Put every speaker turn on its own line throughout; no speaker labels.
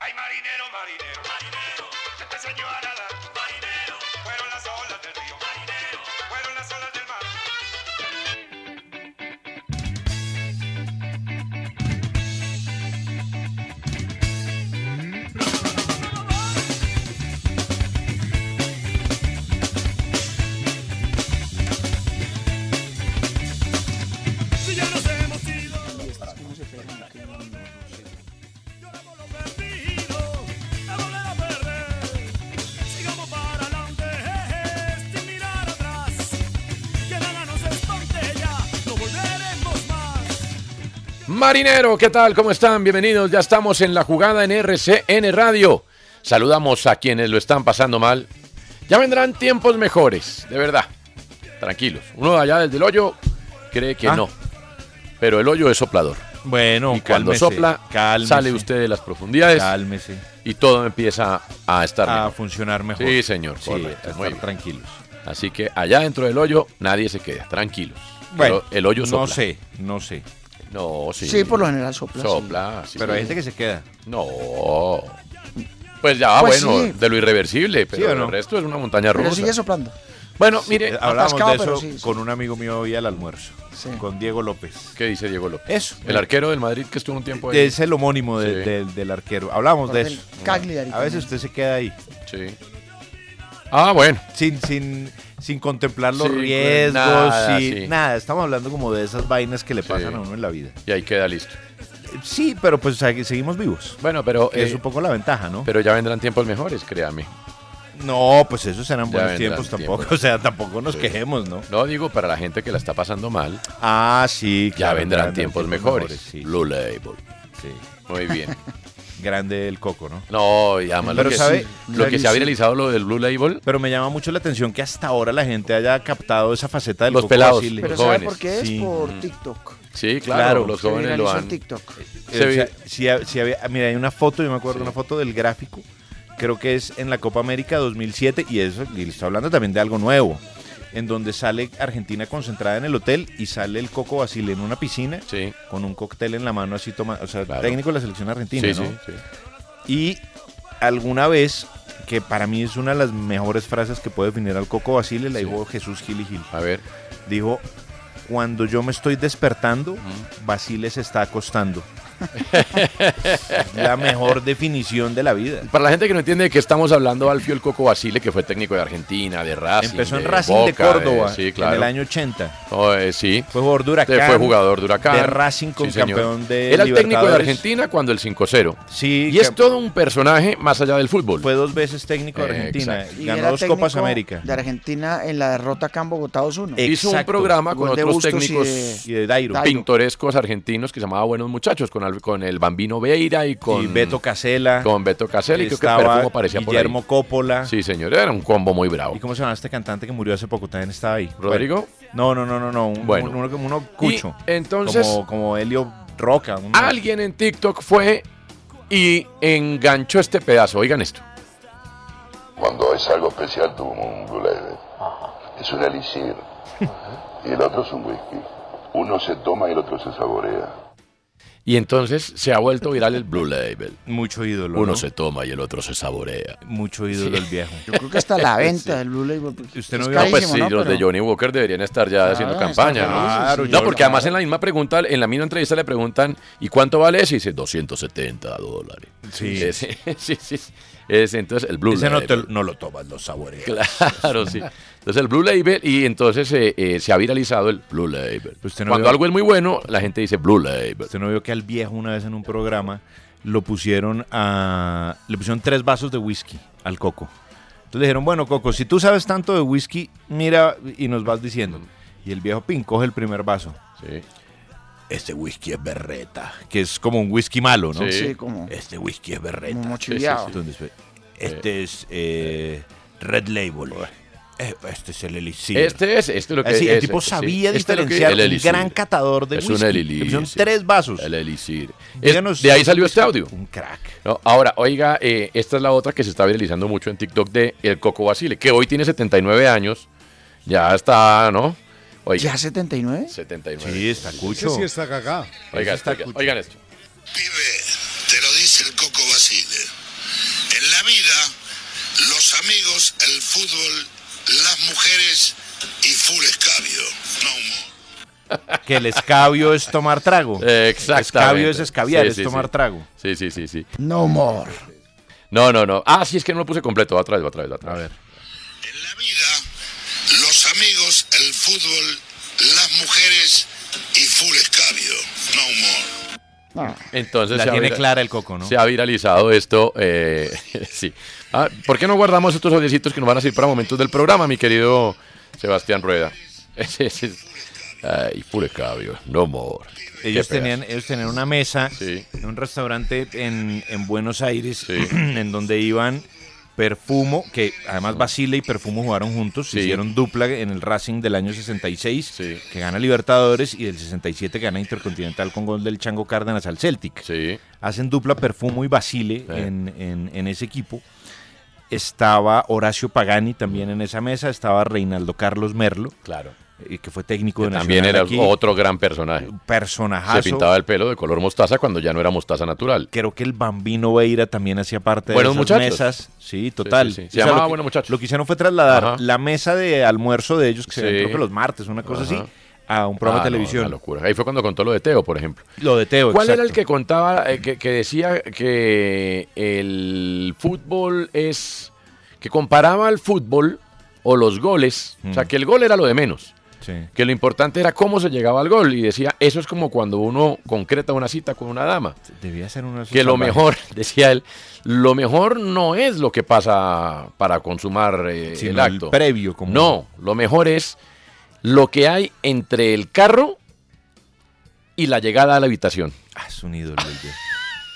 Ay, marinero, marinero, marinero, se te enseñó a nadar, marinero, fueron las olas del río, marinero, fueron las olas del mar. Si ya nos hemos ido. Lloramos lo perdido, a volver a perder. Sigamos para adelante, jeje, sin mirar atrás. Que nada nos estorte ya, no volveremos más.
Marinero, ¿qué tal? ¿Cómo están? Bienvenidos, ya estamos en la jugada en RCN Radio. Saludamos a quienes lo están pasando mal. Ya vendrán tiempos mejores, de verdad. Tranquilos. Uno de allá desde el hoyo cree que
Ah.
no. Pero el hoyo es soplador.
Bueno,
y cuando
cálmese,
sopla,
cálmese,
sale usted de las profundidades
Cálmese.
y todo empieza a estar
A
mejor.
funcionar mejor.
Sí, señor,
Sí,
correcto,
a estar
muy bien.
tranquilos.
Así que allá dentro del hoyo nadie se queda, tranquilos. Pero el hoyo sopla.
No sé, no sé.
No, sí.
Sí, por lo general sopla, sí.
Sopla, sí.
Pero hay gente que se queda.
No. Pues ya,
Pues
bueno,
sí.
de lo irreversible, pero
o no?
el resto es una montaña rusa.
Pero sigue soplando.
Bueno, mire,
Eh, Hablábamos
atascado,
de
pero
eso
sí, sí.
con un amigo mío hoy al almuerzo.
Sí.
Con Diego López.
¿qué dice Diego López?
Eso. Eh.
El arquero del Madrid que estuvo un tiempo ahí.
Es el homónimo de-
Sí.
del- del arquero. Hablamos de
Del
eso.
Cagliari
A veces
también.
usted se queda ahí.
Sí. Ah, bueno.
Sin, sin, sin contemplar los
Sí, pues,
riesgos.
nada,
sin-
sí.
Nada, estamos hablando como de esas vainas que le
Sí.
pasan a uno en la vida.
Y ahí queda listo.
Eh, Sí, pero pues aquí seguimos vivos.
Bueno, pero,
Que es
eh,
un poco la ventaja, ¿no?
pero ya vendrán tiempos mejores, créame.
No, pues esos eran
Ya
buenos
vendrán
tiempos tampoco.
tiempos.
O sea, tampoco nos
Sí.
quejemos, ¿no?
No digo para la gente que la está pasando mal,
Ah, sí,
ya
claro,
vendrán tiempos, mejores.
sí,
Blue Label.
sí.
Muy bien.
Grande el coco, ¿no?
No, y además lo
Pero
que,
sabe-
lo que se ha viralizado lo del Blue Label,
Pero me llama mucho la atención que hasta ahora la gente haya captado esa faceta del
Los
coco
pelados.
Basile.
Pero
Los
¿sabe
jóvenes, Mm.
por qué es?
sí.
Por TikTok.
sí, claro,
Claro, Eh,
los
Se
jóvenes lo
viralizó en
han... Eh,
TikTok.
se
O sea,
vi-
si ha- si había- mira, hay una foto, yo me acuerdo,
Sí.
una foto del gráfico, creo que es en la Copa América 2007, y eso, y está hablando también de algo nuevo, en donde sale Argentina concentrada en el hotel y sale el Coco Basile en una piscina
Sí,
con un cóctel en la mano así tomando, o sea,
Claro.
técnico de la selección argentina,
sí,
¿no?
sí, sí.
Y alguna vez, que para mí es una de las mejores frases que puede definir al Coco Basile, la
Sí.
dijo Jesús Gil y Gil.
A ver.
Dijo, cuando yo me estoy despertando, Basile se está acostando. la mejor definición de la vida.
Para la gente que no entiende de qué estamos hablando, Alfio el Coco Basile, que fue técnico de Argentina, de Racing.
Empezó en
de
Racing de
Boca, eh,
Córdoba
sí, claro.
en el año 80.
Oh, eh, sí.
Fue jugador de Huracán.
Fue jugador de Huracán.
De Racing con
Sí, señor.
campeón de
Era el técnico de
Libertadores.
Argentina cuando el 5-0.
Sí,
Y es
que
todo un personaje más allá del fútbol. Eh,
fue dos veces técnico de Argentina.
Exacto.
Y
Ganó
era
dos Copas
técnico
América.
De Argentina en la derrota acá en Bogotá 2-1.
Eh,
Hizo un
exacto.
programa con
Gol de
otros
Bustos y
técnicos
Y de Dairo.
Dairo.
pintorescos argentinos que se llamaba Buenos Muchachos, con, al- con el Bambino Veira y con
y Beto Casella.
con Beto Caselli. Creo que
estaba
Perfumo parecía por ahí.
Guillermo Coppola.
Sí, señor, era un combo muy bravo.
¿Y cómo se llama este cantante que murió hace poco? También estaba ahí.
¿Rodrigo?
Bueno, no, no, no, no, no. Un,
Bueno.
Uno, uno cucho.
Y entonces-
Como, como Elio Roca. un-
Alguien en TikTok fue y enganchó este pedazo. Oigan esto.
Cuando es algo especial, tú como un Blue Label. Es un elixir. Y el otro es un whisky. Uno se toma y el otro se saborea.
Y entonces se ha vuelto viral el Blue Label.
Mucho ídolo.
Uno
¿no?
se toma y el otro se saborea.
Mucho ídolo el viejo.
Yo creo que hasta la venta
Sí.
del Blue Label. pues,
Usted
es
no vio-
No, pues
carísimo,
sí,
¿no?
los de
Pero-
Johnny Walker deberían estar ya
Claro,
haciendo
están
campaña. ¿no?
felices,
Claro,
no,
yo-
porque además en la misma pregunta, en la misma entrevista le preguntan, ¿y cuánto vale eso? Y dice, 270 dólares.
Sí.
Es- sí, sí, sí. Es entonces el Blue
Ese no,
Label.
te- no lo tomas, lo saboreas.
Claro, sí. Entonces el Blue Label y entonces eh, eh, se ha viralizado el Blue Label.
Pues usted no
Cuando
vio-
algo es muy bueno, la gente dice Blue Label.
Usted no vio que al viejo una vez en un programa lo pusieron a. Le pusieron tres vasos de whisky al Coco. Entonces le dijeron, bueno, Coco, si tú sabes tanto de whisky, mira y nos vas diciendo. Y el viejo Pin coge el primer vaso.
Sí.
Este whisky es berreta, que es como un whisky malo, ¿no?
Sí.
Sí, como,
Este whisky es
como
berreta.
mochileado.
Entonces, pues, este es eh, Red Label. Eh, Este es el elixir.
Este es, este es lo que
Así, el
es,
tipo
sí.
sabía
Este es lo que-
diferenciar
el
un
elixir.
gran catador de
es
whisky.
Un
Le
elixir,
pusieron
sí.
tres vasos.
El elixir. Es-
Díganos-
de ahí salió este audio.
Un crack.
No, ahora, oiga, eh, esta es la otra que se está viralizando mucho en TikTok de El Coco Basile, que hoy tiene 79 años. Ya está, ¿no? Oiga,
¿Ya 79?
79.
Sí, está cucho.
está cagado.
Oiga,
está
oiga,
cucho.
oigan esto.
Pibe, te lo dice el Coco Basile. En la vida, los amigos, el fútbol, las mujeres y full escabio. No humor.
Que el escabio es tomar trago.
Exactamente.
Escabio es escabiar,
Sí,
es
sí,
tomar
sí.
trago.
Sí, sí, sí, sí.
No more.
No, no, no. Ah, sí, es que no lo puse completo. Otra vez, otra vez, otra
A
vez.
ver.
En la vida, los amigos, el fútbol, las mujeres y full escabio. No humor.
No.
Entonces
La
se ha
tiene
vira-
clara el coco, ¿no?
Se ha viralizado esto. eh, sí. Ah, ¿Por qué no guardamos estos audiecitos que nos van a servir para momentos del programa, mi querido Sebastián Rueda? Ese- ese- Ay, puro cabio. No more.
Ellos
Qué pena.
tenían, ellos tenían una mesa
Sí.
en un restaurante en, en Buenos Aires
Sí.
en donde iban Perfumo, que además Basile y Perfumo jugaron juntos, se
Sí.
hicieron dupla en el Racing del año 66,
Sí.
que gana Libertadores, y del 67 que gana Intercontinental con gol del Chango Cárdenas al Celtic.
Sí.
Hacen dupla Perfumo y Basile en, en- en ese equipo. Estaba Horacio Pagani también en esa mesa, estaba Reinaldo Carlos Merlo,
Claro.
eh, que fue técnico de
También
Nacional
era
aquí,
otro gran personaje.
personajazo.
Se pintaba el pelo de color mostaza cuando ya no era mostaza natural.
creo que el Bambino Veira también hacía parte
Buenos
de esas
muchachos.
mesas. Sí, total.
sí, sí. Se
O sea,
llamaba
lo que-
Buenos Muchachos.
Lo que hicieron fue trasladar
Ajá.
la mesa de almuerzo de ellos, que se
Sí.
ven creo que los martes, una cosa
Ajá.
así, a un programa
Ah,
de
no,
televisión.
una locura. Ahí fue cuando contó lo de Teo, por ejemplo.
Lo de Teo,
¿Cuál era el
exacto.
que contaba, eh, que, que decía que el fútbol es. que comparaba al fútbol o los goles, o sea,
Mm.
que el gol era lo de menos,
Sí.
que lo importante era cómo se llegaba al gol, y decía, eso es como cuando uno concreta una cita con una dama,
Debía ser uno de esos
que lo
salvajes.
mejor, decía él, lo mejor no es lo que pasa para consumar eh,
Sino
el acto.
previo, como.
No, lo mejor es lo que hay entre el carro y la llegada a la habitación.
Ah, es un ídolo. el viejo.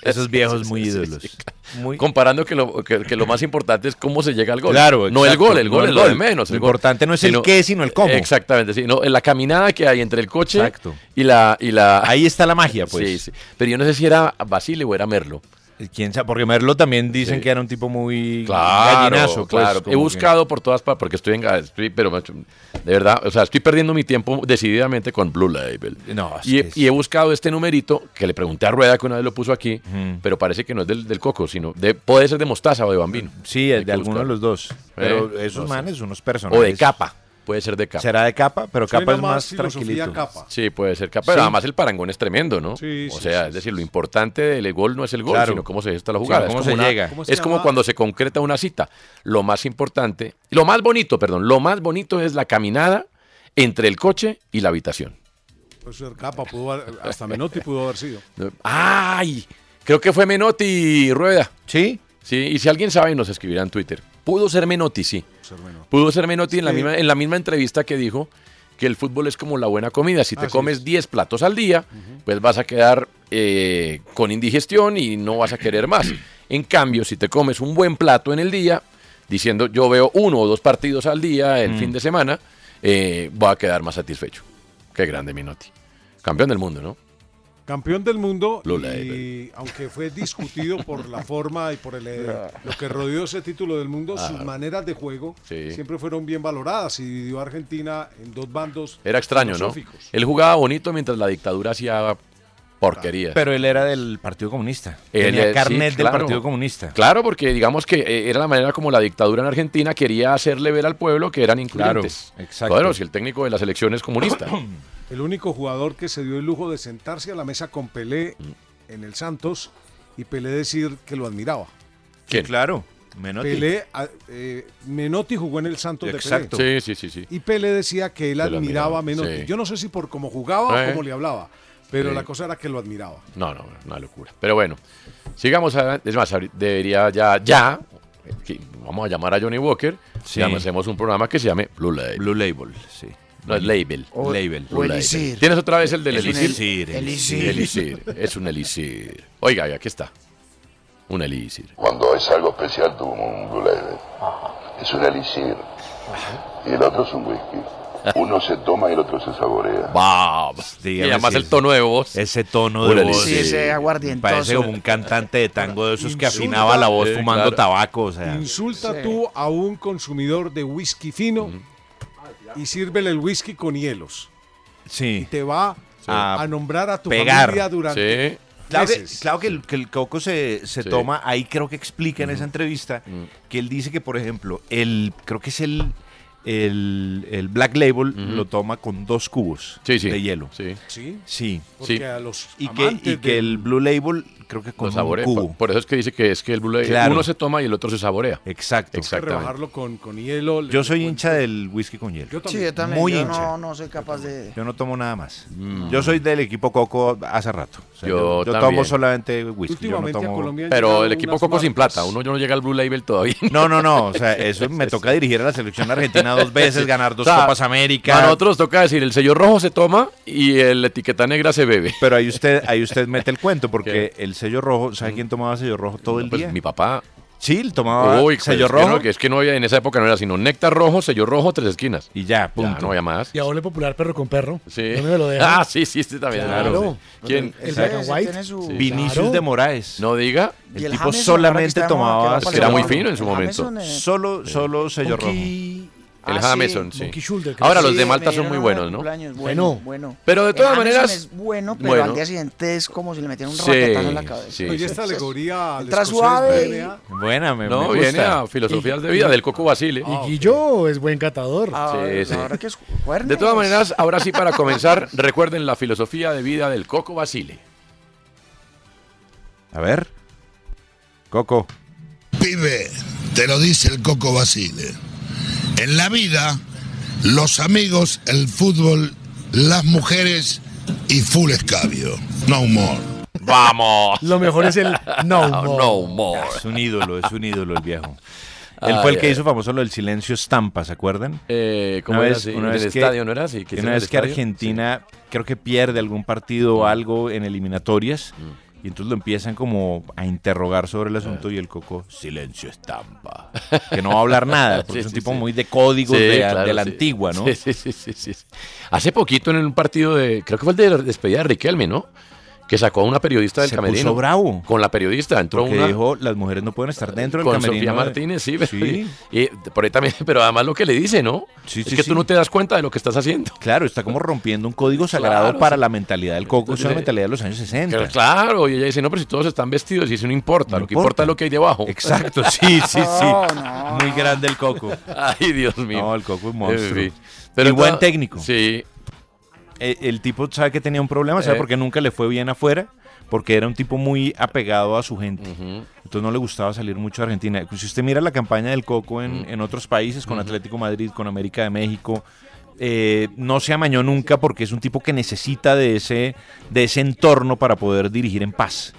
Esos viejos muy
Sí, sí,
ídolos.
sí, sí.
Muy.
Comparando que lo, que, que lo más importante es cómo se llega al gol.
Claro,
No el
exacto,
gol, el
no
gol
el
es lo de
gol.
menos.
Lo
el gol.
importante no es el qué, sino el cómo.
Exactamente, sí. No, la caminada que hay entre el coche
Exacto.
y la... Y la
Ahí está la magia, pues.
Sí, sí. Pero yo no sé si era Basile o era Merlo.
Eh, ¿Quién sabe? Porque Merlo también dicen
Sí.
que era un tipo muy gallinazo.
Gallinazo,
pues,
claro.
como
He
que-
buscado por todas partes, porque estoy en... Estoy, pero macho, de verdad, o sea, estoy perdiendo mi tiempo decididamente con Blue Label.
No, es
Y,
que es-
y he buscado este numerito que le pregunté a Rueda que una vez lo puso aquí,
Ujú.
pero parece que no es del, del coco, sino de, puede ser de mostaza o de bambino.
Eh, Sí,
Hay
de
que
alguno de
buscarlo.
los dos. Pero
Eh,
esos
no sé.
manes, unos
O
personajes.
de capa, puede ser de capa.
Será de capa, pero
Suena
capa es
más
más
filosofía
tranquilito.
capa.
Sí, puede ser capa, pero
Sí.
además el parangón es tremendo, ¿no?
Sí,
o
sí,
sea,
sí,
es decir, lo importante del gol no es el gol,
Claro.
sino cómo se gesta la
Sino
jugada.
cómo
es como
se
una-
llega.
¿Cómo se
Es como
llama?
cuando se concreta una cita. Lo más importante, lo más bonito, perdón, lo más bonito es la caminada entre el coche y la habitación.
Puede ser Pues capa, pudo haber- hasta Menotti pudo haber sido.
¡Ay! Creo que fue Menotti Rueda.
¿Sí?
Sí, y si alguien sabe, nos escribirá en Twitter. Pudo ser Menotti, sí.
Ser bueno.
Pudo ser Menotti en la,
Sí.
misma, en la misma entrevista que dijo que el fútbol es como la buena comida. Si te
Así
comes
es.
10 platos al día, pues vas a quedar eh, con indigestión y no vas a querer más. En cambio, si te comes un buen plato en el día, diciendo yo veo uno o dos partidos al día
Mm.
el fin de semana, eh, voy a quedar más satisfecho. Qué grande Menotti. Campeón del mundo, ¿no?
Campeón del mundo
Lula
y aunque fue discutido por la forma y por el, eh,
Ah.
lo que rodeó ese título del mundo, sus
Claro.
maneras de juego
Sí.
siempre fueron bien valoradas y dividió a Argentina en dos bandos.
Era extraño, ¿no?
filosóficos.
Él jugaba bonito mientras la dictadura hacía porquerías.
Pero él era del Partido Comunista.
Él,
Tenía
eh, sí,
carnet del
claro.
Partido Comunista.
Claro, porque digamos que eh, era la manera como la dictadura en Argentina quería hacerle ver al pueblo que eran incluyentes.
Claro, exacto.
Claro, si el técnico de la selección es comunista.
El único jugador que se dio el lujo de sentarse a la mesa con Pelé
Mm.
en el Santos y Pelé decir que lo admiraba.
¿Quién?
Claro, Menotti.
Pelé, a- eh, Menotti jugó en el Santos
Exacto.
de Pelé.
Sí, sí, sí, sí.
Y Pelé decía que él
Que lo
admiraba
admiraba,
a Menotti.
sí.
Yo no sé si por cómo jugaba
Eh.
o cómo le hablaba, pero
Sí.
la cosa era que lo admiraba.
No, no, una locura. Pero bueno, sigamos adelante. Es más, ahorita debería ya, ya, que vamos a llamar a Johnny Walker
Sí.
y hacemos un programa que se llame Blue Label. Blue Label, sí. No, es Label.
O- Label.
Blue
o
Label.
elixir.
¿Tienes otra vez el del
Es un
elixir?
elixir, elixir.
Elixir. Es un elixir. Oiga, oiga, aquí está. Un elixir.
Cuando es algo especial, tú un Blue Label. Es un elixir. Y el otro es un whisky. Uno se toma y el otro se saborea.
Vamos.
Sí,
Y
a
además
veces-
el tono de voz.
Ese tono
Una
de voz.
elixir. Sí, ese aguardientoso.
Parece como un cantante de tango de esos que
Insulta.
afinaba la voz
Sí,
fumando
claro.
tabaco. O sea,
Insulta tú a un consumidor de whisky fino y sírvele el whisky con hielos.
sí.
Te va
A
a, nombrar a tu
pegar.
familia durante
Sí.
Claro que,
meses.
claro que el, que el coco se, se
Sí.
toma, ahí creo que explica en esa entrevista que él dice que, por ejemplo, el, creo que es el, el, el Black Label lo toma con dos cubos
Sí, sí.
de hielo.
Sí.
Sí.
Sí.
Porque a los
Y que, y
amantes
que
del-
el Blue Label creo que
Lo
con un
saborea.
cubo.
Por, por eso es que dice que es que el Blue Label
Claro.
uno se toma y el otro se saborea.
Exacto.
Exactamente.
rebajarlo con, con hielo. le-
Yo soy hincha del whisky con hielo.
Yo
Sí, yo también.
Muy
yo
hincha.
No, no soy capaz de.
Yo no tomo nada más. Yo soy del equipo Coco hace rato. O sea,
Mm.
yo
Yo
tomo
también.
solamente whisky. Yo no,
Últimamente a
tomo-
Colombia han
Pero
llegado
el equipo
unas
Coco sin
marcas.
plata. Uno yo no llega al Blue Label todavía.
no, no, no. O sea, eso me toca dirigir a la selección argentina dos veces, ganar dos
O sea,
Copas América.
A nosotros toca decir, el sello rojo se toma y el etiqueta negra se bebe.
Pero ahí usted, ahí usted mete el cuento, porque el sello rojo, ¿sabe quién tomaba sello rojo todo el
Mm. Pues
día?
mi papá.
Sí, él tomaba
Uy, pues,
Ah, sello
es que no-
rojo
que es que no había, en esa época no era sino néctar rojo, sello rojo, tres esquinas.
y ya,
Ya,
punto.
no había más.
Y a doble popular perro con perro.
Sí.
¿Dónde me lo dejan?
Ah, sí, sí, este también.
Claro.
Claro. ¿Quién?
El
Black and
ese
White.
tiene su-
Vinicius
Claro.
de Moraes.
No diga.
Y
El,
el
tipo
Jameson,
solamente
ahora que estamos-
tomaba
que va
Es que era
para
muy
el-
fino en su
el
momento.
Jameson, eh,
solo, solo sello rojo.
Monkey-
El
Ah,
Jameson, sí.
Monkey Shoulder, creo.
Ahora
Sí,
los de
me
Malta son
dieron
muy
uno
buenos,
de
¿no?
cumpleaños, Bueno,
Bueno.
bueno,
Pero de
El
todas
Anderson
maneras-
Es bueno, pero
Bueno.
al día siguiente es como si le metieran un
Sí,
raquetazo en la cabeza.
sí,
Oye,
sí.
esta alegoría al
Entra
escocés
suave
de
y-
NBA,
Buena, me,
No,
me gusta.
viene a filosofías de vida del Coco Basile.
Y Guillo es buen catador.
Ah,
Sí, sí.
ahora que es cuernos.
De todas maneras, ahora sí, para comenzar, recuerden la filosofía de vida del Coco Basile.
A ver. Coco.
Pibe, te lo dice el Coco Basile. En la vida, los amigos, el fútbol, las mujeres y full escabio. No more.
¡Vamos!
Lo mejor es el no more.
No more.
Es un ídolo, es un ídolo el viejo. Él fue
Ay,
el que
ay.
hizo famoso lo del silencio estampa, ¿se acuerdan?
Eh, ¿Cómo
Una
era
vez-
así?
una
En
vez
el
que-
estadio, ¿no era así?
una
en el
vez que
estadio? Mm.
Argentina creo que pierde algún partido o algo en eliminatorias y entonces lo empiezan como a interrogar sobre
Ah.
el asunto y el coco silencio estampa que no va a hablar nada porque
Sí,
es un
sí,
tipo
sí.
muy de códigos
Sí,
de,
claro,
de la
sí.
antigua no
Sí, sí, sí, sí, sí. Hace poquito en un partido de, creo que fue el de la despedida de Riquelme, ¿no? Que sacó a una periodista del
se
camerino.
puso bravo
Con la periodista, entró
porque
una
dijo las mujeres no pueden estar dentro del
con
camerino
Sofía
de-
Martínez, sí, pero,
Sí.
y- y por ahí también, pero además lo que le dice, ¿no?
Sí,
es
sí,
que
sí.
tú no te das cuenta de lo que estás haciendo.
claro está como rompiendo un código sagrado
Claro,
para
sí.
la mentalidad del coco es una
Sí.
mentalidad de los años 60
Pero claro, y ella dice, no, pero si todos están vestidos, y eso no importa,
No
lo que
importa.
importa es lo que hay debajo.
exacto sí sí sí
No, no.
muy grande el coco
Ay, Dios mío.
No, el Coco es monstruo.
En fin.
Y buen
Eh, to-
técnico.
Sí,
Eh, el tipo sabe que tenía un problema, sabe
Eh.
porque nunca le fue bien afuera, porque era un tipo muy apegado a su gente. Entonces no le gustaba salir mucho a Argentina. Si usted mira la campaña del Coco en, en otros países, con Atlético Madrid, con América de México, eh, no se amañó nunca porque es un tipo que necesita de ese, de ese entorno para poder dirigir en paz.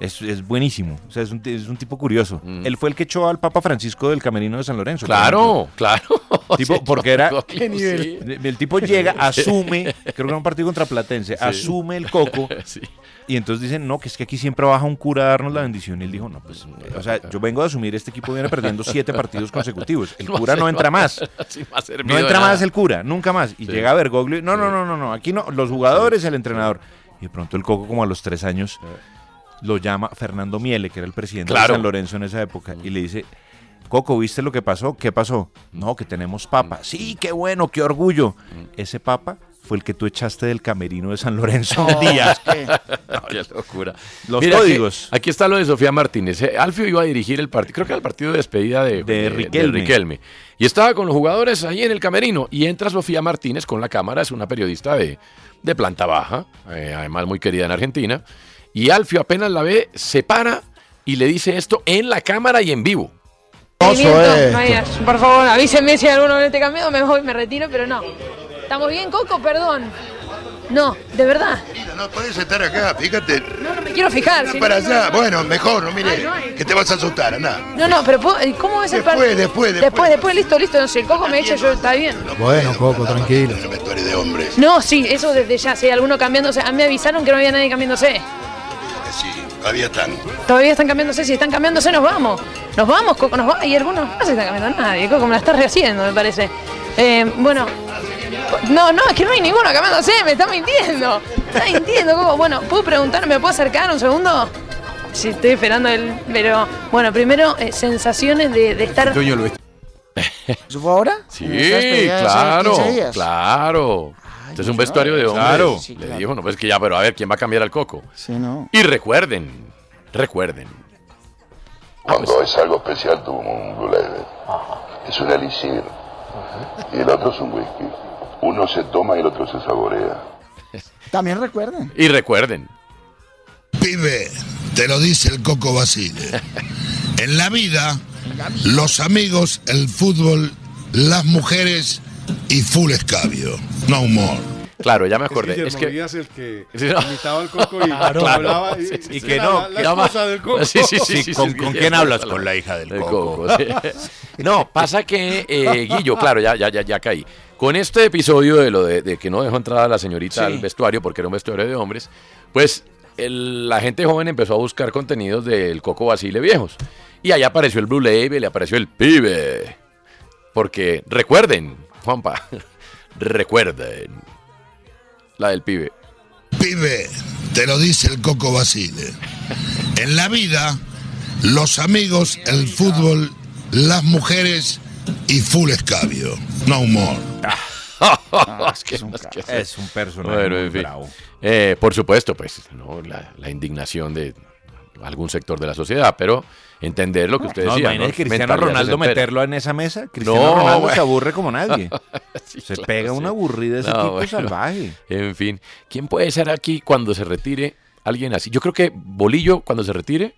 Es, es buenísimo, o sea, es, un, t- es un tipo curioso. Él fue el que echó al Papa Francisco del Camerino de San Lorenzo. por ejemplo.
claro, claro.
Tipo,
Sí,
porque era-
Coco,
¿Qué nivel?
sí.
El el tipo llega, asume, creo que era un partido contra Platense, asume el coco
Sí.
y entonces dicen, no, que es que aquí siempre baja un cura a darnos la bendición. Y él dijo, no, pues, eh, o sea, yo vengo a asumir, este equipo viene perdiendo siete partidos consecutivos. El cura no entra más.
Sí, me ha servido
No
de
entra
nada.
más el cura, nunca más. Y llega Bergoglio, y, no, no, no, no, no, aquí no, los jugadores, el entrenador. Y de pronto el Coco, como a los tres años, lo llama Fernando Miele, que era el presidente
Claro.
de San Lorenzo en esa época, y le dice, Coco, ¿viste lo que pasó? ¿Qué pasó? No, que tenemos papa.
Mm.
Sí, qué bueno, qué orgullo. Ese papa fue el que tú echaste del camerino de San Lorenzo un día.
No, qué locura.
Los
aquí-
códigos.
Aquí, está lo de Sofía Martínez. eh. Alfio iba a dirigir el partido, creo que era el partido de despedida de, de- de
Riquelme.
Riquelme. Y estaba con los jugadores ahí en el camerino. Y entra Sofía Martínez con la cámara, es una periodista de, de planta baja, eh, además muy querida en Argentina. Y Alfio apenas la ve, se para y le dice esto en la cámara y en vivo.
Movimiento, Mañana, por favor, avísenme si alguno no te cambiado, me voy, me retiro, pero no. ¿Estamos bien, Coco? Perdón. No, de verdad.
No podés estar acá, fíjate.
No, no me quiero fijar. si
Anda
no,
para
no,
allá.
no.
Bueno, mejor, no
Ay,
mire,
no hay-
que te vas a asustar, anda.
No, no, pero ¿puedo- eh, ¿cómo es el
Después,
partido?
después, después.
Después, después, listo, listo. No, si el Coco me echa, yo está bien.
Bueno, Coco, tranquilo.
Vestuario de hombres.
No, sí, eso desde ya. Si hay alguno cambiándose. A mí me avisaron que no había nadie cambiándose.
Sí, todavía están.
Todavía están cambiándose. Si están cambiándose, nos vamos. Nos vamos, Coco, nos va. Y algunos no se están cambiando nadie. Coco, me la estás rehaciendo, me parece. Eh, bueno. No, no, es que no hay ninguno cambiándose. Me está mintiendo. Me está mintiendo, Coco. Bueno, ¿puedo preguntar? ¿Me puedo acercar un segundo? Sí, estoy esperando el... Pero, bueno, primero, eh, sensaciones de, de estar...
¿Eso fue ahora?
Sí,
En esa despedida de hace
claro,
15 días.
claro. Entonces es un vestuario de hombres.
Claro. Sí,
Le dijo, no, pues que ya, pero a ver, ¿quién va a cambiar al coco?
Sí, no.
Y recuerden, recuerden.
Cuando
pues.
es algo especial, tú un Blue Label. Es un elixir. Y el otro es un whisky. Uno se toma y el otro se saborea.
También recuerden.
Y recuerden.
Pibe, te lo dice el Coco Basile. En la vida, los amigos, el fútbol, las mujeres y full escabio. No humor.
Claro, ya me
acordé.
Guillermo Díaz el que
Sí, no.
imitaba al coco y
Claro.
hablaba y,
Sí, sí,
y
sí.
que
La-
no,
la esposa
del coco.
Sí, sí, sí, sí,
¿Con,
sí,
con
sí,
quién
sí,
hablas?
sí.
Con la hija del
Del
Coco.
Coco, sí. No, pasa que, eh, Guillo, claro, ya, ya, ya, ya caí. Con este episodio de lo de, de que no dejó entrar a la señorita
Sí.
al vestuario, porque era un vestuario de hombres, pues el- la gente joven empezó a buscar contenidos del Coco Basile viejos. Y ahí apareció el Blue Label, y apareció el pibe. Porque recuerden, Juanpa, recuerden la del pibe.
Pibe, te lo dice el Coco Basile. En la vida, los amigos, el fútbol, las mujeres y full escabio. No humor.
Ah, es, que más que hacer.
es un personaje muy bravo.
Eh, por supuesto, pues, ¿no? la, la indignación de algún sector de la sociedad, pero entender lo que usted
No,
decía.
imagínate
¿no?
Cristiano
Mentalidad
Ronaldo
setentera.
meterlo en esa mesa. Cristiano
No,
Ronaldo
bueno.
se aburre como nadie.
Sí,
se
claro,
pega una
sí.
aburrida ese
No,
tipo
bueno.
salvaje.
En fin, ¿quién puede ser aquí cuando se retire alguien así? Yo creo que Bolillo cuando se retire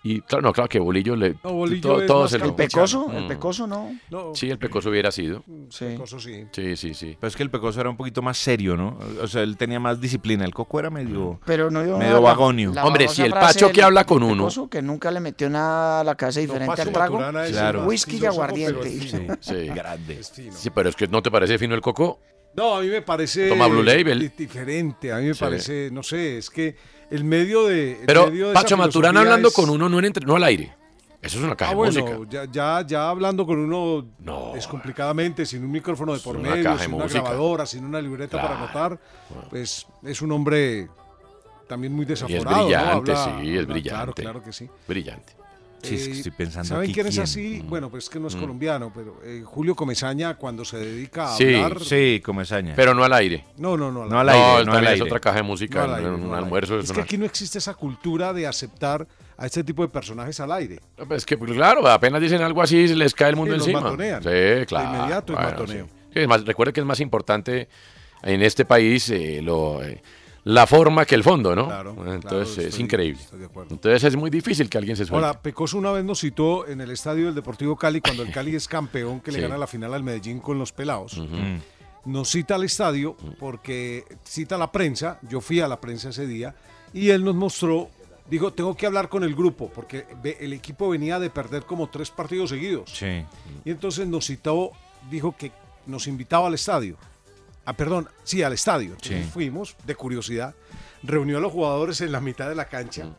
y claro, no, claro que Bolillo le
No, Bolillo
todo-
es
todo
más
se lo-
campeón.
Pecoso,
Mm.
el pecoso no.
Sí, el Pecoso hubiera sido.
Sí.
Pecoso sí.
Sí, sí, sí.
Pero es que el Pecoso era un poquito más serio, ¿no? O sea, él tenía más disciplina. El Coco era medio,
Pero no yo-
medio
la-
vagonio.
la Hombre, famosa
Mm. si el Pacho que habla con uno.
Pecoso que nunca le metió nada a la casa diferente
Pacho
al trago.
Maturana es
Claro.
el
Whisky y
filósofo,
aguardiente.
pero es fino.
Sí.
Grande.
Sí, pero es que no te parece fino el coco.
No, a mí me parece
Toma Blue Label.
di- diferente, a mí me
Sí.
parece, no sé, es que el medio de el
Pero
medio de Eh, esa
Pacho Maturana
filosofía
hablando
es-
con uno no en entre- no al aire. Eso es una caja
Ah,
de
bueno,
música.
ya, ya, ya hablando con uno es complicadamente, sin un micrófono de por
una
medio,
caja de
sin una
música.
grabadora, sin una libreta para
Claro.
anotar, pues es un hombre también muy
Y es
desaforado. ¿no?
brillante,
Habla-
sí, es
habla-
brillante.
Claro, claro que sí.
Brillante.
Sí, es que
Eh,
estoy pensando
¿Saben
aquí
quién es
quién?
así? Bueno, pues es que no es
Mm.
colombiano, pero eh, Julio Comesaña cuando se dedica a
Sí,
hablar...
Sí, comezaña.
Pero no al aire.
No, no, no.
No al aire, no
él
al
también
aire.
es otra caja de música,
No al aire,
un- un
no al aire.
almuerzo.
Es
es
que
una-
aquí no existe esa cultura de aceptar a este tipo de personajes al aire.
No, pues Es que, pues, claro, apenas dicen algo así, se les cae el mundo
los
encima.
matonean.
Sí, claro.
De inmediato es
Bueno,
matoneo.
sí. Sí, es más, recuerda que es más importante en este país eh, lo, eh, la forma que el fondo, ¿no?
Claro,
Entonces
claro,
es
estoy-
increíble.
estoy de acuerdo.
Entonces es muy difícil que alguien se suelte.
Ahora, Pecoso una vez nos citó en el estadio del Deportivo Cali cuando el Cali es campeón que
Sí.
le gana la final al Medellín con los pelados.
Mm.
Nos cita al estadio porque cita a la prensa, yo fui a la prensa ese día y él nos mostró, dijo, tengo que hablar con el grupo porque ve- el equipo venía de perder como tres partidos seguidos.
Sí.
Y entonces nos citó, dijo que nos invitaba al estadio. Ah, perdón, sí, al estadio. Entonces
Sí.
fuimos, de curiosidad, reunió a los jugadores en la mitad de la cancha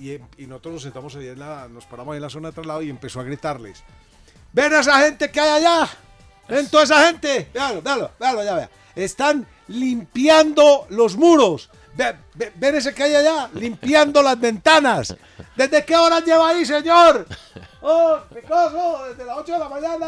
y, em- y nosotros nos sentamos ahí en la, nos paramos ahí en la zona de traslado y empezó a gritarles. ¡Ven a esa gente que hay allá! ¡Ven toda esa gente! ¡Véalo, véalo, véalo, ya vea! Están limpiando los muros. Ve, ve- ver ese que hay allá, limpiando las ventanas. ¿Desde qué hora lleva ahí, señor? Oh, Ricoso, desde las 8 de la mañana.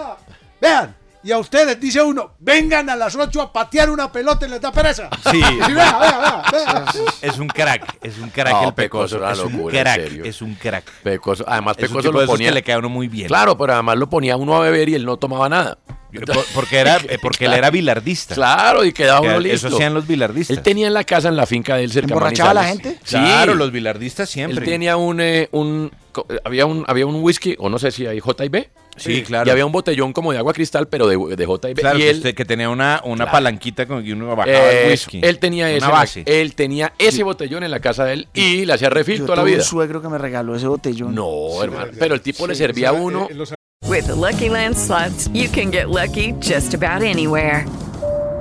Vean, y a ustedes dice uno, vengan a las 8 a patear una pelota y les da pereza.
Sí.
Y vea, vea, vea, vea.
Es un crack, es un crack
No,
el pecoso.
Pecoso era
es un
locura, en
crack,
serio.
es un crack.
Pecoso, además
Es un
Pecoso
tipo
lo
de esos
ponía.
que le cae a uno muy bien.
Claro, pero además lo ponía uno a beber y él no tomaba nada.
Por- porque era- eh, porque él era bilardista.
Claro, y quedaba
Que
uno
eso
listo.
hacían los bilardistas.
Él tenía en la casa, en la finca de él cerca de
¿Emborrachaba a la
Manizales.
gente?
Sí.
Claro, los bilardistas siempre.
Él tenía un, eh, un, co- había un había un whisky, o no sé si hay J&B.
Sí, claro.
Y había un botellón como de agua cristal, pero de, de J&B.
Claro,
y
que
él,
pues, usted- que tenía una, una
Claro.
palanquita con que uno bajaba
eh,
el whisky.
él tenía ese,
Una base.
él tenía ese botellón en la casa de él y le hacía refil
Yo
toda la
tuve
vida.
un suegro que me regaló ese botellón.
No, hermano. Pero el tipo le servía a
eh,
uno.
With the Lucky Land slots, you can get lucky just about anywhere.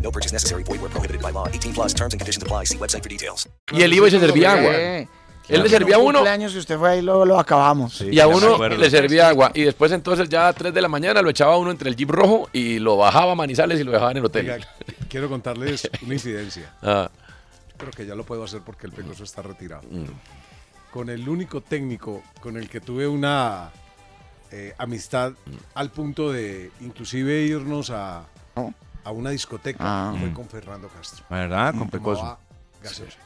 No purchase necessary. Void where prohibited by law. 18 plus terms and conditions apply. See website for details.
Y él iba y se servía agua.
Eh,
Él le servía a
un
uno.
cumpleaños que usted fue ahí lo, lo acabamos.
y a uno le servía agua. Y después entonces ya a 3 de la mañana lo echaba uno entre el jeep rojo y lo bajaba a Manizales y lo dejaba en el hotel.
Oiga, quiero contarles una incidencia.
Ah.
Creo que ya lo puedo hacer porque el Pecoso está retirado.
Mm.
Con el único técnico con el que tuve una eh, amistad
Mm.
al punto de inclusive irnos a, a una discoteca
Ah.
Mm.
fue con Fernando Castro. Mm.
¿Verdad? Con Pecoso.
Tomaba gaseosa.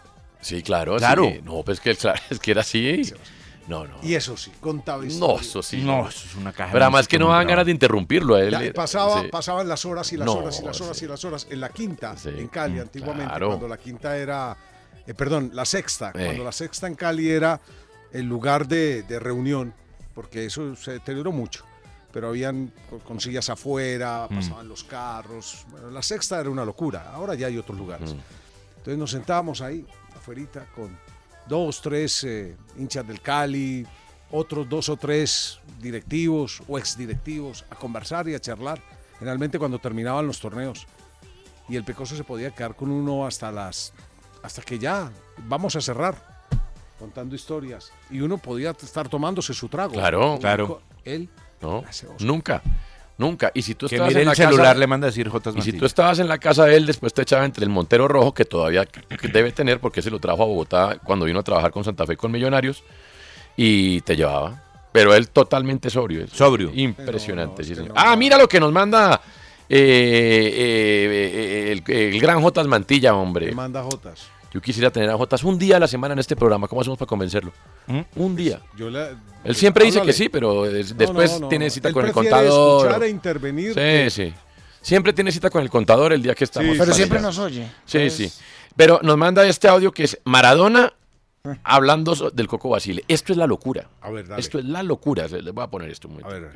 Sí, claro.
Claro.
sí. No, pues que, claro, es que era así. No, no.
Y eso sí, contaba
No,
historias.
eso sí.
No, eso es una caja
Pero
de
además que
música
no
muy
daban
brava.
ganas de interrumpirlo a él.
Ya, y pasaba,
Sí.
pasaban las horas y las
No, mm,
horas y las horas y las horas en la quinta en Cali antiguamente
claro.
cuando la quinta era eh, perdón la sexta
Eh.
cuando la sexta en Cali era el lugar de, de reunión porque eso se deterioró mucho pero habían co- con sillas afuera
Mm.
pasaban los carros bueno, la sexta era una locura ahora ya hay otros
Mm.
lugares entonces nos sentábamos ahí afuerita con dos tres eh, hinchas del Cali otros dos o tres directivos o exdirectivos a conversar y a charlar, generalmente cuando terminaban los torneos. Y el Pecoso se podía quedar con uno hasta las hasta que ya vamos a cerrar contando historias y uno podía estar tomándose su trago.
Claro,
Uno
claro.
co- Él
No, nunca, nunca. Y si tú
Que
estabas
mire el
en la
celular,
casa-
le manda a decir Jotas
Y si
Mantilla.
tú estabas en la casa de él, después te echaba entre el Montero Rojo, que todavía que debe tener, porque se lo trajo a Bogotá cuando vino a trabajar con Santa Fe con Millonarios, y te llevaba. Pero él totalmente sobrio. Sobrio. Impresionante, sí, señor. Ah, mira lo que nos manda eh, eh, eh, el, el gran Jotas Mantilla, hombre.
le manda jotas.
Yo quisiera tener a Jotas un día a la semana en este programa. ¿Cómo hacemos para convencerlo? Un día.
¿Mm? Pues Yo la-
Él siempre dice
háblale.
que sí, pero es-
No,
después
no, no,
tiene
no.
cita
Él
con el
prefiere
contador.
escuchar e intervenir
Sí,
que-
sí. Siempre tiene cita con el contador el día que estamos.
Pero
para
siempre
allá.
nos oye.
Sí, sí. Pero nos manda este audio que es Maradona
Ah.
hablando so- del Coco Basile. Esto es la locura.
A ver, dale.
Esto es la locura. Se- Les voy a poner esto muy primero.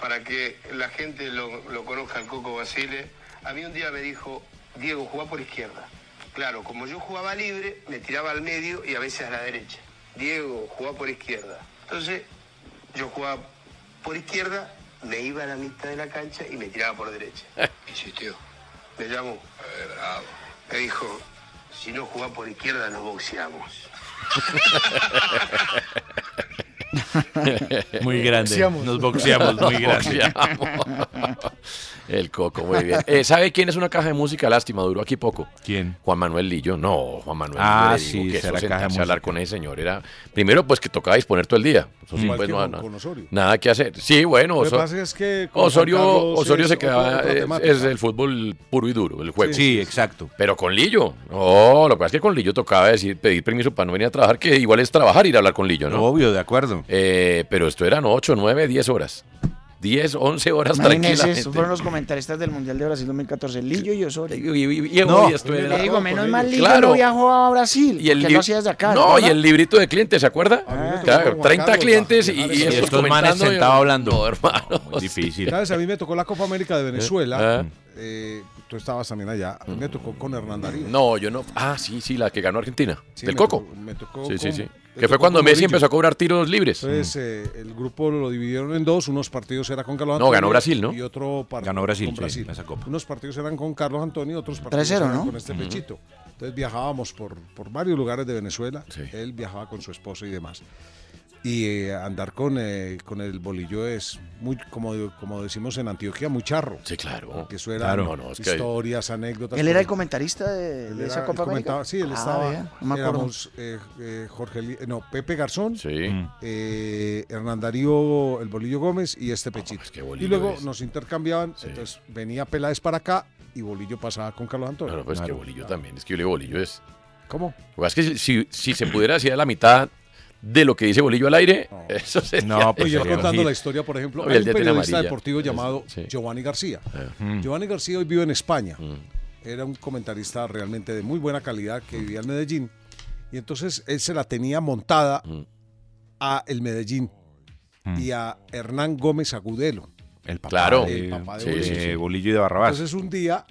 para que la gente lo, lo conozca al Coco Basile. A mí un día me dijo, Diego, jugá por izquierda. Claro, como yo jugaba libre, me tiraba al medio y a veces a la derecha. Diego, jugá por izquierda. Entonces, yo jugaba por izquierda, me iba a la mitad de la cancha y me tiraba por derecha. Insistió. Me llamó. Me dijo, si no jugás por izquierda, nos boxeamos.
Muy grande.
Eh, Boxeamos.
Nos boxeamos, muy grande.
Boxeamos. El Coco, muy bien. Eh, ¿Sabe quién es una caja de música? Lástima, duró aquí poco. ¿Quién? Juan Manuel Lillo. No, Juan Manuel
Ah,
Lillo. le digo
sí,
que
esa
eso
era caja de
sentarse
música.
a hablar con ese señor era... Primero, pues que tocaba disponer todo el día. Eso sí,
Igual
pues,
que
no,
con-
no-
con Osorio.
Nada que hacer. Sí, bueno,
Lo que
Oso-
pasa es que con Juan
Osorio,
Carlos
Osorio
es
se
otra-
quedaba...
otra
es-
temática.
es el fútbol puro y duro, el juego.
Sí, sí,
exacto. Pero con Lillo. No, lo que pasa es que con Lillo tocaba decir, pedir permiso para no venir a trabajar, que igual es trabajar ir a hablar con Lillo, ¿no?
Obvio, de acuerdo.
Eh, Eh, pero esto eran 8, 9, 10 horas. 10, 11 horas
Imagínense,
tranquilamente.
estos fueron los comentaristas del Mundial de Brasil 2014, Lillo y Osorio.
y- y hoy esto era-
le digo, menos mal Lillo
Claro.
no viajó a Brasil,
Y el
que
lib-
lo hacía desde acá.
No, y
¿verdad?
el librito de clientes, ¿se acuerda? Claro,
como
30
Carlos,
clientes y, y
Y
estos,
estos manes
comentando,
sentados
yo-
hablando.
No, hermano. difícil.
¿Sabes? A mí me tocó la Copa América de Venezuela.
Ah.
eh, tú estabas también allá. A mí me tocó con Hernán Darío.
No, yo no. Ah, sí, sí, la que ganó Argentina.
Sí,
del
me
Coco.
tocó- me tocó
sí, sí,
con-
sí.
me
Que fue
tocó
cuando
con
Messi
Murillo.
empezó a cobrar tiros libres. Mm.
Entonces, eh, el grupo lo dividieron en dos. Unos partidos eran con Carlos
No,
Antonio.
ganó Brasil, ¿no?
Y otro partido
Ganó Brasil,
con
sí,
Brasil.
esa copa.
Unos partidos eran con Carlos Antonio, otros partidos
3-0,
eran
¿no?
con este
Ujú.
pechito. Entonces viajábamos por, por varios lugares de Venezuela. Él viajaba con su esposa y demás. Y eh, andar con, eh, con el bolillo es muy, como, como decimos en Antioquia, muy charro.
Sí, claro.
Porque eso era
Claro. No, no, es que-
historias, anécdotas.
Él era el
cosas.
comentarista de,
Él
de esa
era-
Copa
él comentaba-
América.
Sí, él
Ah,
estaba.
vea, no me acuerdo.
éramos, eh, eh, Jorge, Li- no, Pepe Garzón, eh,
Mm.
Hernán Darío, el Bolillo Gómez y este Pechito.
Ah, pues Bolillo
y luego
es.
nos intercambiaban, entonces venía Peláez para acá y Bolillo pasaba con Carlos Antonio.
Claro, pues que bolillo también. Es que yo le digo bolillo es.
¿Cómo?
Lo que pasa es que si, si se pudiera decir a la mitad de lo que dice bolillo al aire, eso sería.
No, pues yo contando la historia, por ejemplo,
No, y
hay
él
un
ya tiene
periodista
amarilla.
deportivo llamado Giovanni García.
Eh, mm.
Giovanni García hoy vive en España. Era un comentarista realmente de muy buena calidad que vivía en Medellín. Y entonces él se la tenía montada
Mm.
a el Medellín
Mm.
y a Hernán Gómez Agudelo.
El papá
Claro.
de,
El papá de
sí,
Bolillo.
de Bolillo y de Barrabás.
Entonces un día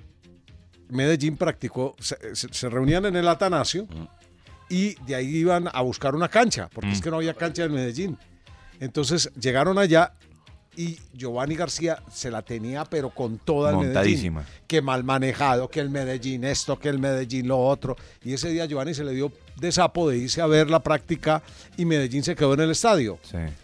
Medellín practicó, se, se- se reunían en el Atanasio
Mm.
y de ahí iban a buscar una cancha, porque es que no había cancha en Medellín. Entonces llegaron allá y Giovanni García se la tenía, pero con toda el
Montadísima.
Medellín. Que mal manejado, que el Medellín esto, que el Medellín lo otro. Y ese día Giovanni se le dio de sapo de irse a ver la práctica y Medellín se quedó en el estadio,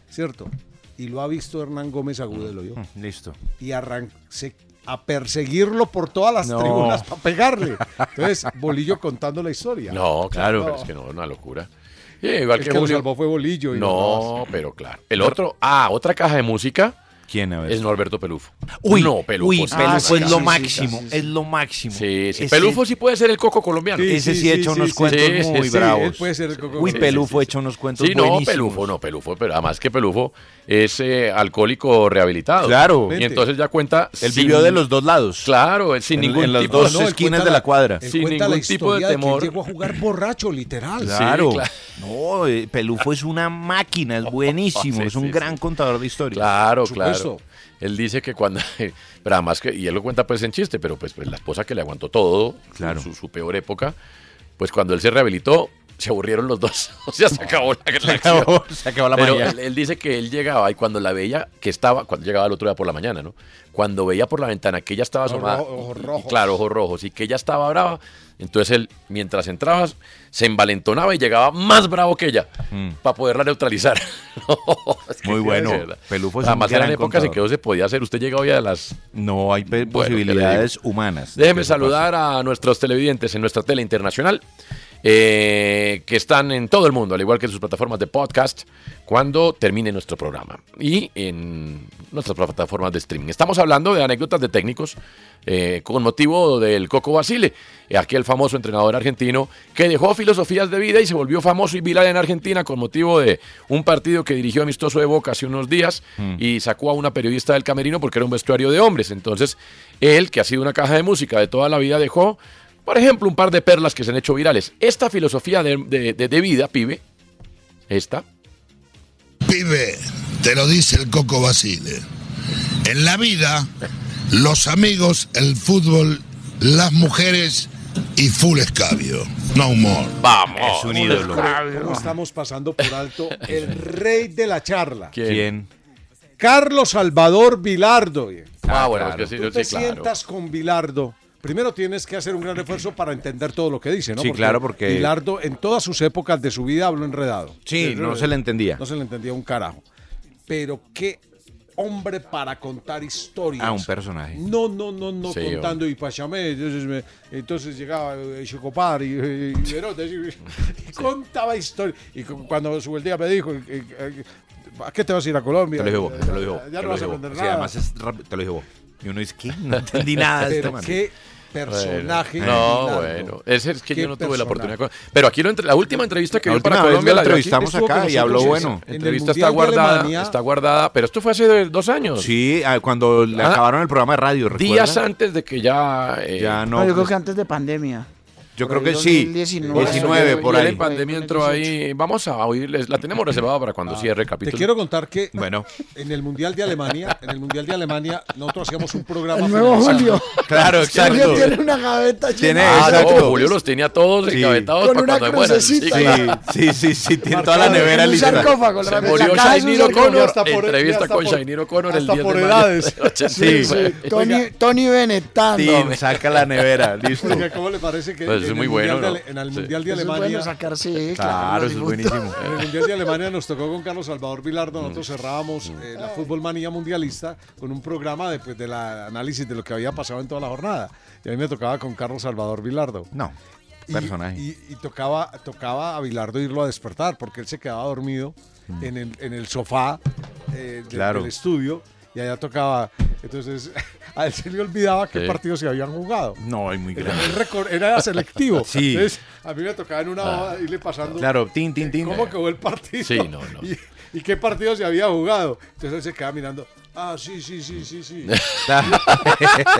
¿cierto? Y lo ha visto Hernán Gómez Agudelo yo
Mm, Listo.
y arran- se- a perseguirlo por todas las
No.
tribunas para pegarle. Entonces, Bolillo contando la historia.
No, claro,
No.
pero es que no, una locura. Sí, igual
El
que,
que lo
Julio.
salvó fue Bolillo. y
No,
demás.
pero claro. El otro, ah, otra caja de música.
¿Quién a ver?
Es Norberto Pelufo.
Uy,
no, Pelufo.
uy,
sí.
Pelufo es
sí,
lo
sí, sí,
máximo,
sí,
es lo máximo.
Sí, sí.
Ese-
Pelufo sí puede ser el coco colombiano.
Sí, ese sí, ha hecho unos cuentos
sí, sí,
muy
sí.
bravos.
Él puede ser el Coco
Uy,
Colombiano.
Pelufo ha hecho unos cuentos
Sí, no,
buenísimos.
Pelufo, no, Pelufo, pero además que Pelufo es eh, alcohólico rehabilitado.
Claro.
Y entonces ya cuenta.
Él
sin-
vivió de los dos lados.
Claro, él sin
En-
ningún
en las
tipo
dos
no, él
esquinas
cuenta
de la cuadra.
Él
sin
cuenta la
ningún tipo de
historia que él
temor.
llegó a jugar borracho, literal.
Claro. No, eh, Pelufo es una máquina, es buenísimo,
Sí,
es un
sí,
gran contador de historias.
Claro, claro.
supuesto.
Él dice que cuando, pero además que, y él lo cuenta pues en chiste, pero pues, pues, la esposa que le aguantó todo,
Claro.
su, su peor época, pues cuando él se rehabilitó, se aburrieron los dos, o sea, se acabó la, la acción.
acabó- se acabó la
Pero
magia.
él, él dice que él llegaba y cuando la veía, que estaba, cuando llegaba el otro día por la mañana, ¿no? Cuando veía por la ventana que ella estaba
Ojos
asomada,
ro- ojos rojos.
claro, ojos rojos, y que ella estaba brava, entonces él, mientras entrabas, se envalentonaba y llegaba más bravo que ella,
Mm.
para poderla neutralizar. No, es que
Muy
sí,
bueno.
de verdad.
Pelufo es un
Además, eran
gran
épocas en
contador.
que no se podía hacer. Usted llega hoy a las.
No hay pe-
Bueno, ¿qué le digo?
posibilidades humanas. de que
Déjeme
eso pase.
saludar a nuestros televidentes en nuestra tele internacional, eh, que están en todo el mundo, al igual que en sus plataformas de podcast, cuando termine nuestro programa y en nuestras plataformas de streaming. Estamos hablando de anécdotas de técnicos eh, con motivo del Coco Basile, aquel famoso entrenador argentino que dejó filosofías de vida y se volvió famoso y viral en Argentina con motivo de un partido que dirigió amistoso de Boca hace unos días y sacó a una periodista del camerino porque era un vestuario de hombres. Entonces, él, que ha sido una caja de música de toda la vida, dejó, por ejemplo, un par de perlas que se han hecho virales. Esta filosofía de, de- de- de vida, pibe, esta,
Pibe, te lo dice el Coco Basile. En la vida, los amigos, el fútbol, las mujeres y full escabio. No humor.
Vamos.
Es un ídolo.
¿Cómo estamos pasando por alto el rey de la charla?
¿Quién?
Carlos Salvador Vilardo. viejo.
Ah, bueno, es que sí,
Tú
sí,
te
claro.
sientas con Vilardo. Primero tienes que hacer un gran esfuerzo para entender todo lo que dice, ¿no?
Sí, claro, porque-
Vilardo en todas sus épocas de su vida habló enredado.
Sí, no se le entendía.
No se le entendía un carajo. Pero qué hombre para contar historias.
Ah, un personaje.
No, no, no, no
Sí,
contando y pachamé. Entonces, me- entonces llegaba eh, Chocopar y, eh, y Berote, y- y contaba historias. Y cu- cuando su día me dijo, eh, eh, ¿a qué te vas a ir a Colombia?
Te lo digo, te lo digo.
Ya no vas a aprender
Sí,
nada.
además es rápido, te lo digo. Y uno dice, ¿qué? No entendí nada de
Pero
este man.
qué personaje.
No,
Bilardo.
bueno. Ese es que
Qué
yo no tuve la
personaje.
oportunidad. de- Pero aquí lo entre- la última entrevista que
La
dio para
última vez
Colombia
lo
la dio aquí.
entrevistamos Estuvo con acá y nosotros habló en- bueno. en
La
el
entrevista está
Mundial de
guardada,
Alemania.
está guardada. Pero esto fue hace dos años.
Sí, ah, cuando le
Ah,
acabaron el programa de radio,
Días
¿recuerda?
antes de que ya. eh,
Ya pues,
No, Ah, yo creo que antes de pandemia.
Yo
por
creo
ahí
que sí.
2019,
19 por
Ya la
ahí.
pandemia entró ahí. Vamos a oírles. La tenemos reservada para
Ah.
cuando cierre el capítulo.
Te quiero contar que
bueno.
en el Mundial de Alemania, en el Mundial de Alemania, nosotros hacíamos un programa.
El nuevo
finalizando.
Julio.
Claro,
Julio
exacto.
tiene una gaveta
Tiene
llena.
Ah, Julio los tenía todos
Sí.
encabetados
Con
para
una
cuando se mueran.
crucecita.
claro.
Sí, sí, sí, tiene toda la nevera
En un
literal.
sarcófago, la
Se
verdad.
murió
La casa es un
Shainiro
sarcófago.
Connor.
Hasta por- Entrevista
hasta
con
por-
Shainiro Connor el
hasta
10
por
de mayo
edades.
del 86.
Sí, sí.
Tony, Tony Bennett, tanto.
Tim, saca la nevera, listo.
Oiga, ¿cómo le parece que
Pues es
en,
muy
el
bueno,
mundial de,
¿no?
Ale- en el
Sí.
Mundial de
Eso es
Alemania...
bueno sacar, sí,
Claro, eso es buenísimo. Mm.
En el Mundial de Alemania nos tocó con Carlos Salvador Vilardo, nosotros cerrábamos eh, la Fútbol Manía Mundialista con un programa de, pues, de la análisis de lo que había pasado en toda la jornada. Y a mí me tocaba con Carlos Salvador Vilardo.
No,
Y-
personaje.
Y, y tocaba, tocaba a Vilardo irlo a despertar porque él se quedaba dormido
Mm.
en, el, en el sofá eh, de-
Claro.
del estudio y allá tocaba. Entonces a él se le olvidaba qué
Sí.
partidos se habían jugado.
No, es muy
Era,
grande.
él recor- era selectivo.
Sí.
Entonces, a mí me tocaba en una
Ah.
hoja irle pasando.
Claro, tin, tin, tin.
¿Cómo quedó el partido?
Sí, no, no.
Y, y qué partido se había jugado? Entonces él se quedaba mirando. Ah, sí, sí, sí, sí, sí.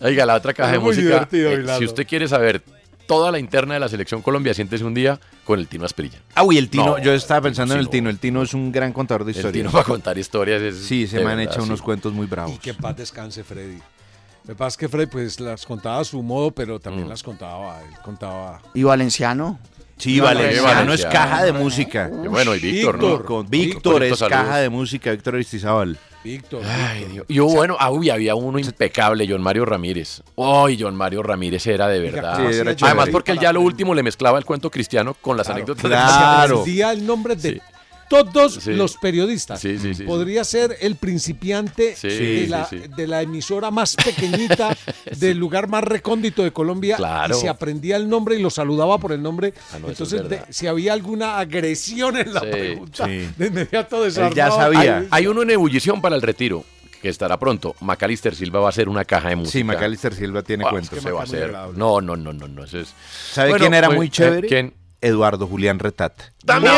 Oiga, la otra caja de
Es muy
música.
divertido,
eh,
Bilardo.
si usted quiere saber toda la interna de la selección Colombia, siéntese un día con el Tino Asprilla.
Ah, uy, el Tino,
No,
yo estaba pensando en
sí,
el Tino. El Tino es un gran contador de
El
historias.
Tino va a contar historias. es
Sí, se
de
me han
verdad,
hecho
sí.
unos cuentos muy bravos.
Y que en paz descanse Freddy. Lo que pasa es que Freddy pues las contaba a su modo, pero
Mm.
también las contaba, él contaba.
Y Valenciano.
Sí, Valenciano es caja de música.
Y bueno, y Víctor, ¿no?
Con-
Víctor,
Víctor es
saludos.
caja de música, Víctor Aristizábal.
Víctor.
Ay, Dios. Y hubo, bueno, ah, uy, había uno impecable, John Mario Ramírez. Ay, John Mario Ramírez era de verdad.
Sí, era
Además,
chévere.
porque él ya lo último le mezclaba el cuento cristiano con las anécdotas. de-
claro.
Decía el nombre de todos
Sí.
los periodistas.
Sí, sí, sí, sí.
Podría ser el principiante
Sí,
de,
sí,
la,
sí.
de la emisora más pequeñita, del lugar más recóndito de Colombia.
Claro.
Y se aprendía el nombre y lo saludaba por el nombre.
Ah, no, eso es
Entonces, de-
verdad.
si había alguna agresión en la
Sí,
pregunta,
sí.
de inmediato desarmaba.
Hay, hay uno en ebullición para el retiro, que estará pronto. Macalister Silva va a ser una caja de música.
Sí, Macalister Silva tiene
Ah,
cuentos.
es que se va a
Maca muy
hacer.
agradable.
No, no, no, no, no. eso es-
¿Sabe
Bueno,
quién era
pues,
muy
eh,
chévere?
¿Quién?
Eduardo Julián Retat.
¡También!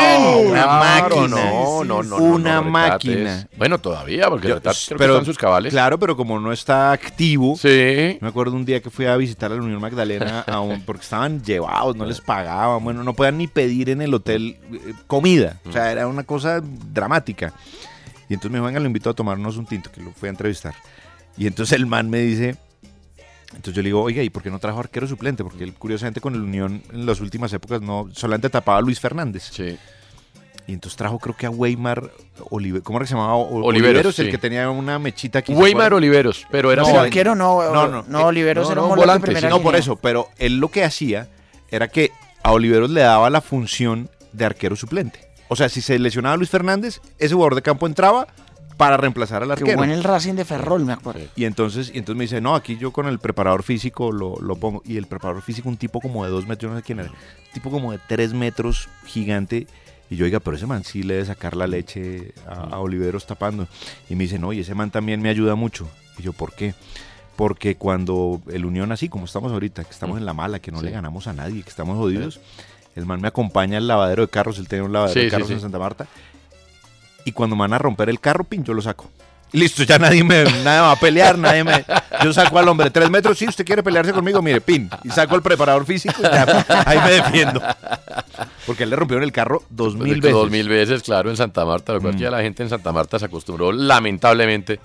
Una
Claro,
máquina.
No, no, no, no,
Una
no, Retat
máquina.
es- bueno, todavía, porque
Yo-
Retat creo que
pero-
está en sus cabales.
Claro, pero como no está activo.
Sí.
Me acuerdo un día que fui a visitar a la Unión Magdalena a un- porque estaban llevados, no les pagaban, bueno, no podían ni pedir en el hotel eh, comida. O
Mm.
sea, era una cosa dramática. Y entonces me dijo, venga, lo invito a tomarnos un tinto, que lo fui a entrevistar. Y entonces el man me dice, entonces yo le digo, oiga, ¿y por qué no trajo arquero suplente? Porque él, curiosamente, con el Unión en las últimas épocas no solamente tapaba a Luis Fernández.
Sí.
Y entonces trajo, creo que a Weimar Oliveros. ¿Cómo era que se llamaba? O-
Oliveros,
el
sí.
que tenía una mechita aquí. ¿se
Weimar
acuerda?
Oliveros, pero era
No, arquero no, no, Oliveros era un volante de primera
No, por
línea.
eso, pero él lo que hacía era que a Oliveros le daba la función de arquero suplente. O sea, si se lesionaba Luis Fernández, ese jugador de campo entraba para reemplazar al
Que
arquero.
jugó en el Racing de Ferrol, me acuerdo.
Y entonces, y entonces me dice, no, aquí yo con el preparador físico lo, lo pongo. Y el preparador físico, un tipo como de dos metros, yo no sé quién era, tipo como de tres metros, gigante. Y yo, oiga, pero ese man sí le debe sacar la leche a, a Oliveros tapando. Y me dice, no, y ese man también me ayuda mucho. Y yo, ¿por qué? Porque cuando el Unión, así como estamos ahorita, que
Mm.
estamos en la mala, que no le ganamos a nadie, que estamos jodidos, el man me acompaña al lavadero de carros, él tenía un lavadero
Sí,
de
sí,
carros
sí.
en Santa Marta, y cuando me van a romper el carro, pin, yo lo saco. Y Listo, ya nadie me, nadie me va a pelear, nadie me... Yo saco al hombre tres metros, si usted quiere pelearse conmigo, mire, pin. Y saco al preparador físico, y ya, ahí me defiendo. Porque él le rompieron el carro dos
Pues,
mil
de hecho,
veces.
Dos mil veces, claro, en Santa Marta. Lo cual
Mm.
ya la gente en Santa Marta se acostumbró, lamentablemente,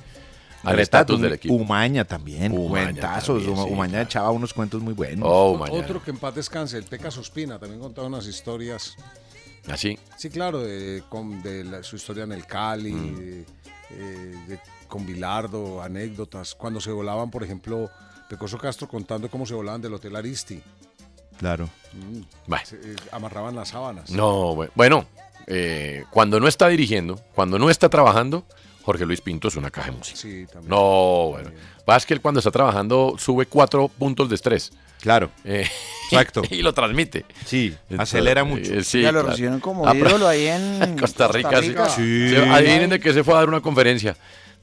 al estatus del equipo.
Umaña también,
Umaña
cuentazos.
también,
Uma-
sí,
Umaña echaba unos cuentos muy buenos.
Oh, Umaña.
Otro que en paz descanse, el Peca Suspina, también contaba unas historias.
Así.
Sí, claro, de, con- de la- su historia en el Cali,
Mm.
de- eh, de- con Bilardo, anécdotas. Cuando se volaban, por ejemplo, Pecoso Castro contando cómo se volaban del Hotel Aristi.
Claro.
Mm.
Bueno.
Se, eh, amarraban las sábanas.
No, bu- bueno, eh, cuando no está dirigiendo, cuando no está trabajando, Jorge Luis Pinto es una caja de música.
Sí, también.
No, bueno. Vas que él cuando está trabajando sube cuatro puntos de estrés.
Claro.
Exacto. Y lo transmite. eh,
Sí,
acelera
mucho.
Ya lo recibieron como ídolo ahí en
Costa Rica.
Costa Rica.
Sí.
Sí.
Adivinen de qué se fue a dar una conferencia.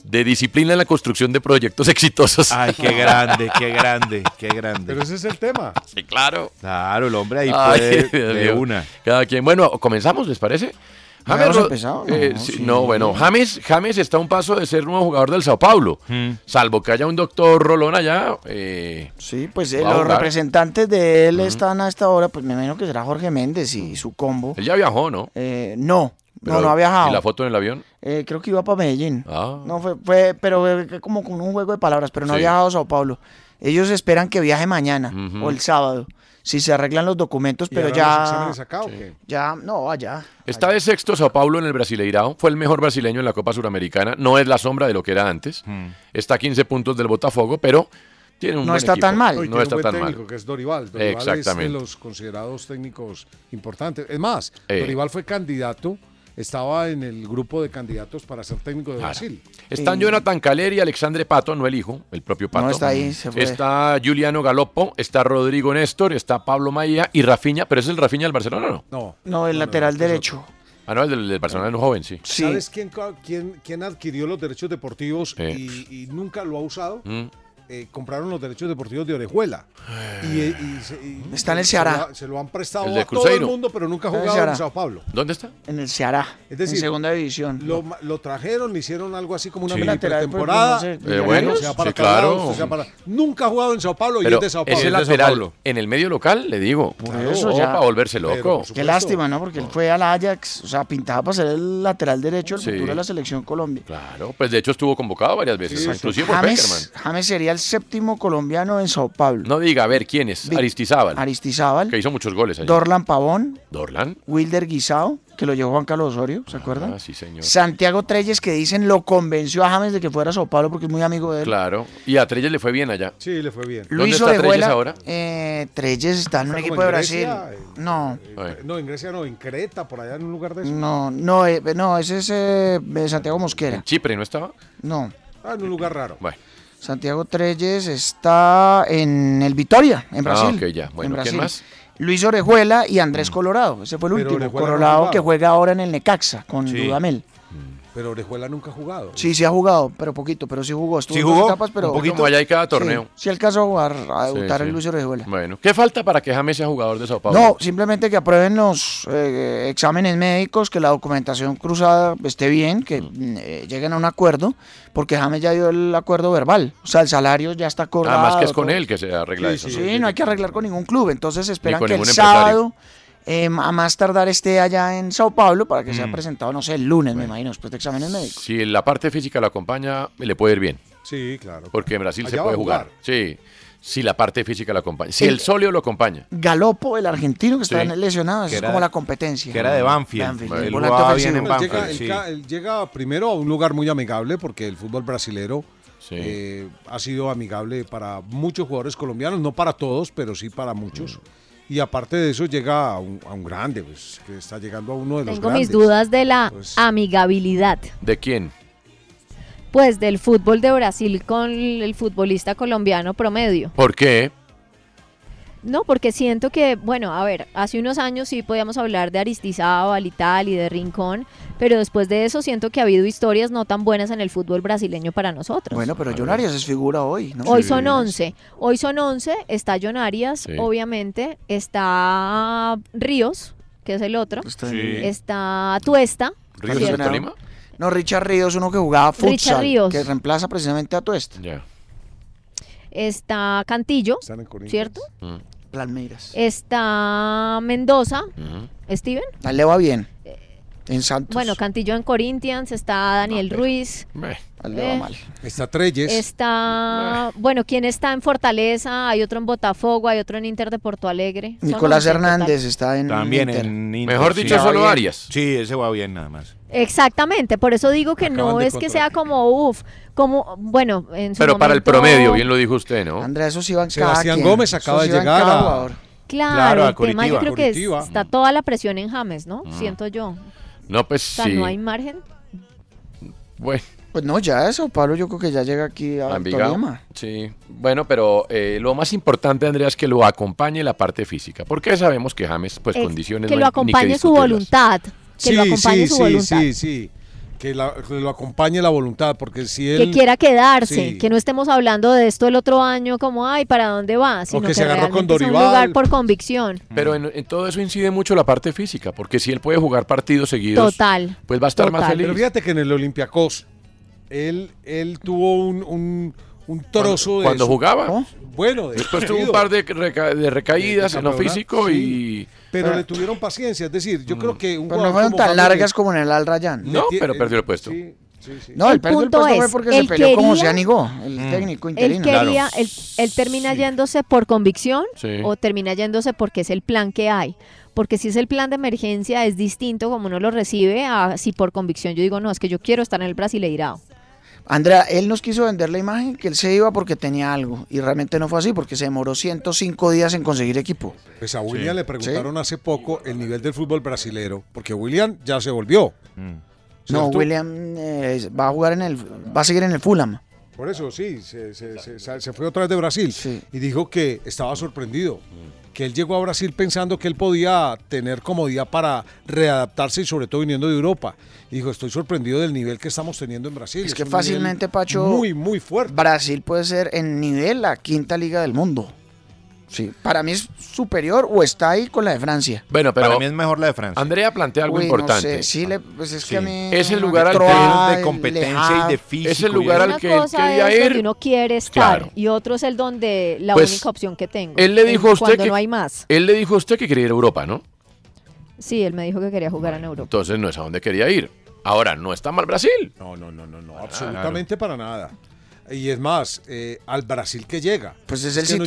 de disciplina en la construcción de proyectos exitosos.
Ay, qué grande, qué grande, qué grande.
Pero ese es el tema.
Sí, claro.
Claro, el hombre ahí
Ay,
puede
Dios
de
mío.
una.
Cada quien. Bueno, comenzamos, ¿les parece?
¿Ya
James
hemos
Ro-
empezado?
eh,
No,
sí,
sí.
no, bueno, James, James está a un paso de ser nuevo jugador del Sao Paulo.
Mm.
Salvo que haya un doctor Rolón allá.
sí, pues eh, los representantes de él están hasta ahora, pues me imagino que será Jorge Méndez y su combo. Eh,
Él ya viajó, ¿no?
no, no, no ha viajado.
¿Y la foto en el avión?
Eh, creo que iba para Medellín.
Ah.
No fue, fue, pero eh, fue como con un juego de palabras, pero no ha
Sí.
viajado a Sao Paulo. Ellos esperan que viaje mañana
Ujú.
o el sábado, si se arreglan los documentos,
¿Y
pero
harán
ya.
los exámenes acá o qué?
Ya, no, allá.
Está de sexto Sao Paulo en el Brasileirao. Fue el mejor brasileño en la Copa Suramericana. No es la sombra de lo que era antes.
Mm.
Está a 15 puntos del Botafogo, pero tiene un
No
buen
está
equipo.
tan mal.
No, y tiene
No
un
está
buen
tan
técnico,
mal.
que es Dorival. Dorival
Exactamente.
es de los considerados técnicos importantes. Es más,
Eh.
Dorival fue candidato, estaba en el grupo de candidatos para ser técnico de Brasil.
Están Jonathan Caleri, Alexandre Pato, no el hijo, el propio Pato.
está ahí, se fue.
Está Juliano Galopo, está Rodrigo Néstor, está Pablo Maía y Rafiña, pero es el Rafiña del Barcelona, ¿no?
No.
No, el lateral derecho.
Ah, no, el del, del Barcelona es un joven, sí.
¿Sabes quién, ca- quién, quién adquirió los derechos deportivos
Eh.
y, y nunca lo ha usado?
Mm.
Eh, compraron los derechos deportivos de Orejuela. Y, eh, y se- y-
Mm. Está en el
se
Ceará.
lo ha- Se, lo han prestado
El de
a todo el
Cruzeiro.
mundo, pero nunca ha
Está en
jugado en
Ceará.
Sao Paulo.
¿Dónde está?
En el Ceará.
Es decir,
en segunda división.
Lo, ma- lo trajeron, le hicieron algo así como una
Sí.
mini
Lateral, pues,
temporada.
no sé, Eh, Millonarios. bueno,
sea para
sí,
todos lados,
claro.
o sea, para- Nunca ha jugado en Sao Paulo y
Pero
es de Sao Paulo.
es el
Es de Sao
lateral.
Paulo.
En el medio local, le digo. Por
eso ya.
Para volverse
Pero,
loco.
Qué lástima, ¿no? Porque él fue al Ajax, o sea, pintaba para ser el lateral derecho, el
Sí.
futuro de la selección Colombia.
Claro, pues de hecho estuvo convocado varias veces, inclusive por
James,
Peckerman.
James sería el séptimo colombiano en Sao Paulo.
No diga, a ver, ¿quién es?
Vi-
Aristizábal.
Aristizábal,
Que hizo muchos goles allí.
Dorlan Pavón,
Dorlan.
Wilder Guisao, que lo llevó Juan Carlos Osorio, ¿se acuerdan?
Ah, sí, señor.
Santiago Treyes, que dicen lo convenció a James de que fuera a Sao Paulo porque es muy amigo de él.
Claro. Y a Trelles le fue bien allá.
Sí, le fue bien.
Luis
¿Dónde está Trelles
Orejuela,
ahora?
eh, Treyes está en un
Está
equipo
como
de
en
Brasil.
Grecia, eh,
no.
No, en Grecia no, en Creta, por allá en un lugar de eso.
No, no, eh, no, ese es eh, eh, Santiago Mosquera.
Chipre, ¿no estaba?
No,
Ah, en un lugar raro.
Bueno.
Santiago Treyes está en el Vitoria, en
Ah,
Brasil.
ok, ya. Bueno,
en
¿quién
Brasil.
más? Mm.
Luis Orejuela y Andrés Colorado. Ese fue el
Pero
último.
Orejuela no ha
Colorado
jugado.
que juega ahora en el Necaxa con
Sí.
Dudamel.
Pero Orejuela nunca ha jugado.
Sí, sí ha jugado, pero poquito, pero sí jugó. Estuvo
Sí
en dos
jugó,
etapas, pero
un poquito. Como allá hay cada torneo.
Sí, sí alcanzó a jugar, a
Sí,
debutar
sí.
el Luis Orejuela.
Bueno, ¿qué falta para que James sea jugador de Sao Paulo?
No, simplemente que aprueben los eh, exámenes médicos, que la documentación cruzada esté bien, que
Mm.
eh, lleguen a un acuerdo, porque James ya dio el acuerdo verbal. O sea, el salario ya está acordado.
Nada más que es con
todo.
él que se arregla eso.
Sí,
¿no?
no hay que arreglar con ningún club. Entonces esperan
con
que el
ningún empresario. Mm.
sábado, eh, a más tardar, esté allá en Sao Paulo para que sea presentado, no sé, el lunes, me imagino, después de exámenes médicos.
Si la parte física lo acompaña, le puede ir bien.
Sí, claro.
Porque en Brasil
Allá
se
va
puede
a
jugar.
jugar.
Sí. Si la parte física lo acompaña. Si
El-
el, solio lo acompaña.
Galopo, el argentino que está
Sí.
lesionado, esa
Que
es
era-
como la competencia.
que era de Banfield.
el
Él
volante
jugaba
ofensivo.
bien en
Él
Banfield,
llega, él
sí.
ca- él llega primero a un lugar muy amigable porque el fútbol brasilero eh, ha sido amigable para muchos jugadores colombianos, no para todos, pero sí para muchos. Y aparte de eso llega a un, a un grande, pues, que está llegando a uno de los
Tengo
grandes.
mis dudas de la amigabilidad,
¿De quién?
pues del fútbol de Brasil con el futbolista colombiano promedio.
¿Por qué?
No, porque siento que, bueno, a ver, hace unos años sí podíamos hablar de Aristizábal y tal y de Rincón, pero después de eso siento que ha habido historias no tan buenas en el fútbol brasileño para nosotros.
Bueno, pero John Arias es figura hoy, ¿no?
Hoy son 11. Hoy son 11. Está John Arias,
Sí.
obviamente. Está Ríos, que es el otro.
Está en- Sí.
Está Tuesta. ¿cierto?
No, Richard Ríos, uno que jugaba
Richard
futsal,
Ríos.
que reemplaza precisamente a Tuesta.
Está Cantillo, ¿cierto?
Mm.
Palmeiras.
Está Mendoza, Steven.
A él le va bien. En Santos.
Eh, Bueno, Cantillo en Corinthians. Está Daniel Ruiz.
a él le va
eh,
mal.
Está Treyes.
Ah.
Está, bueno, ¿quién está en Fortaleza? Hay otro en Botafogo, hay otro en Inter de Porto Alegre. Son
Nicolás
11 en total.
Hernández está en
También
Inter.
en
Mejor dicho,
va
solo
bien.
Arias.
Sí, ese va bien nada más.
Exactamente, por eso digo que
Acaban
no
de
es que sea como, uff, como, bueno, en su
Pero para el
momento-
promedio, bien lo dijo usted, ¿no?
Andrea, eso sí va en
Sebastián Gómez acaba de llegar a-
Claro,
Claro, a
el tema yo
Coritiba.
creo que es-
Coritiba.
está toda la presión en James, ¿no?
Mm.
Siento yo.
No, pues
O sea,
sí.
no hay margen.
Bueno.
Pues no, ya eso, Pablo, yo creo que ya llega aquí a
Envigado.
Tolima.
Sí, bueno, pero eh, lo más importante, Andrea, es que lo acompañe la parte física, porque sabemos que James, pues
Ex-
condiciones...
que
no
lo
hay ni que
acompañe su
discutirlas.
voluntad. Que lo acompañe
sí,
su
sí,
voluntad.
sí, sí. que, la- que lo acompañe la voluntad, porque si él...
que quiera quedarse,
Sí.
que no estemos hablando de esto el otro año como, ay, ¿para dónde va? Sino
que
que,
se agarró
realmente
con
sea un
Dorival.
lugar por convicción.
Pero en, en todo eso incide mucho la parte física, porque si él puede jugar partidos seguidos,
Total.
pues va a estar más feliz.
Pero fíjate que en el Olympiacos, él, él tuvo un, un- un trozo de...
cuando
su-
jugaba.
Bueno, de
Después tuvo un
partido.
par de, reca- de recaídas
De
en lo
campeonato,
físico
sí.
y... Ah. Mm.
Pero le tuvieron paciencia, es decir, yo creo que un
Pero no
jugador
fueron
como
tan
James
largas
que-
como en el Al Rayán.
No, pero perdió el puesto.
No, el, perdió el
Pues
punto
puesto fue
es,
porque se
él
peleó como
quería-
se anigó, el Mm. técnico
Él
interino.
quería, él, él termina yéndose por convicción
Sí.
o termina yéndose porque es el plan que hay. Porque si es el plan de emergencia es distinto como uno lo recibe a si por convicción yo digo, no, es que yo quiero estar en el Brasileirao.
Andrea, él nos quiso vender la imagen que él se iba porque tenía algo y realmente no fue así porque se demoró 105 días en conseguir equipo.
Pues a William le preguntaron hace poco el nivel del fútbol brasilero, porque William ya se volvió.
No,
¿Cierto?
William eh, va a jugar en el, va a seguir en el Fulham.
Por eso, sí, se, se- se- se- se fue otra vez de Brasil y dijo que estaba sorprendido, que él llegó a Brasil pensando que él podía tener comodidad para readaptarse y sobre todo viniendo de Europa. Y dijo, estoy sorprendido del nivel que estamos teniendo en Brasil.
Es que
un nivel
fácilmente, Pacho,
Muy, muy fuerte.
Brasil puede ser en nivel la quinta liga del mundo. Sí, para mí es superior o está ahí con la de Francia.
Bueno, pero
Para mí es mejor la de Francia.
Andrea plantea algo
Uy, no
importante.
sé, sí, le- pues es que
Sí.
a mí
Es el
no me
lugar al que
trova
de
el
competencia
Lejav.
y de físico Es el lugar y al
Una
que él
cosa
quería
es donde
ir.
uno quiere estar
Claro.
y otro es el donde la
Pues,
única opción que tengo.
Él le
en
dijo a usted
cuando
que
no hay más.
Él le dijo a usted que quería ir a Europa, ¿no?
Sí, él me dijo que quería jugar en Europa.
Entonces no es a donde quería ir. Ahora, no está mal Brasil.
No, no, no, no, no, absolutamente para nada. Y es más, eh, al Brasil que llega.
Pues es
el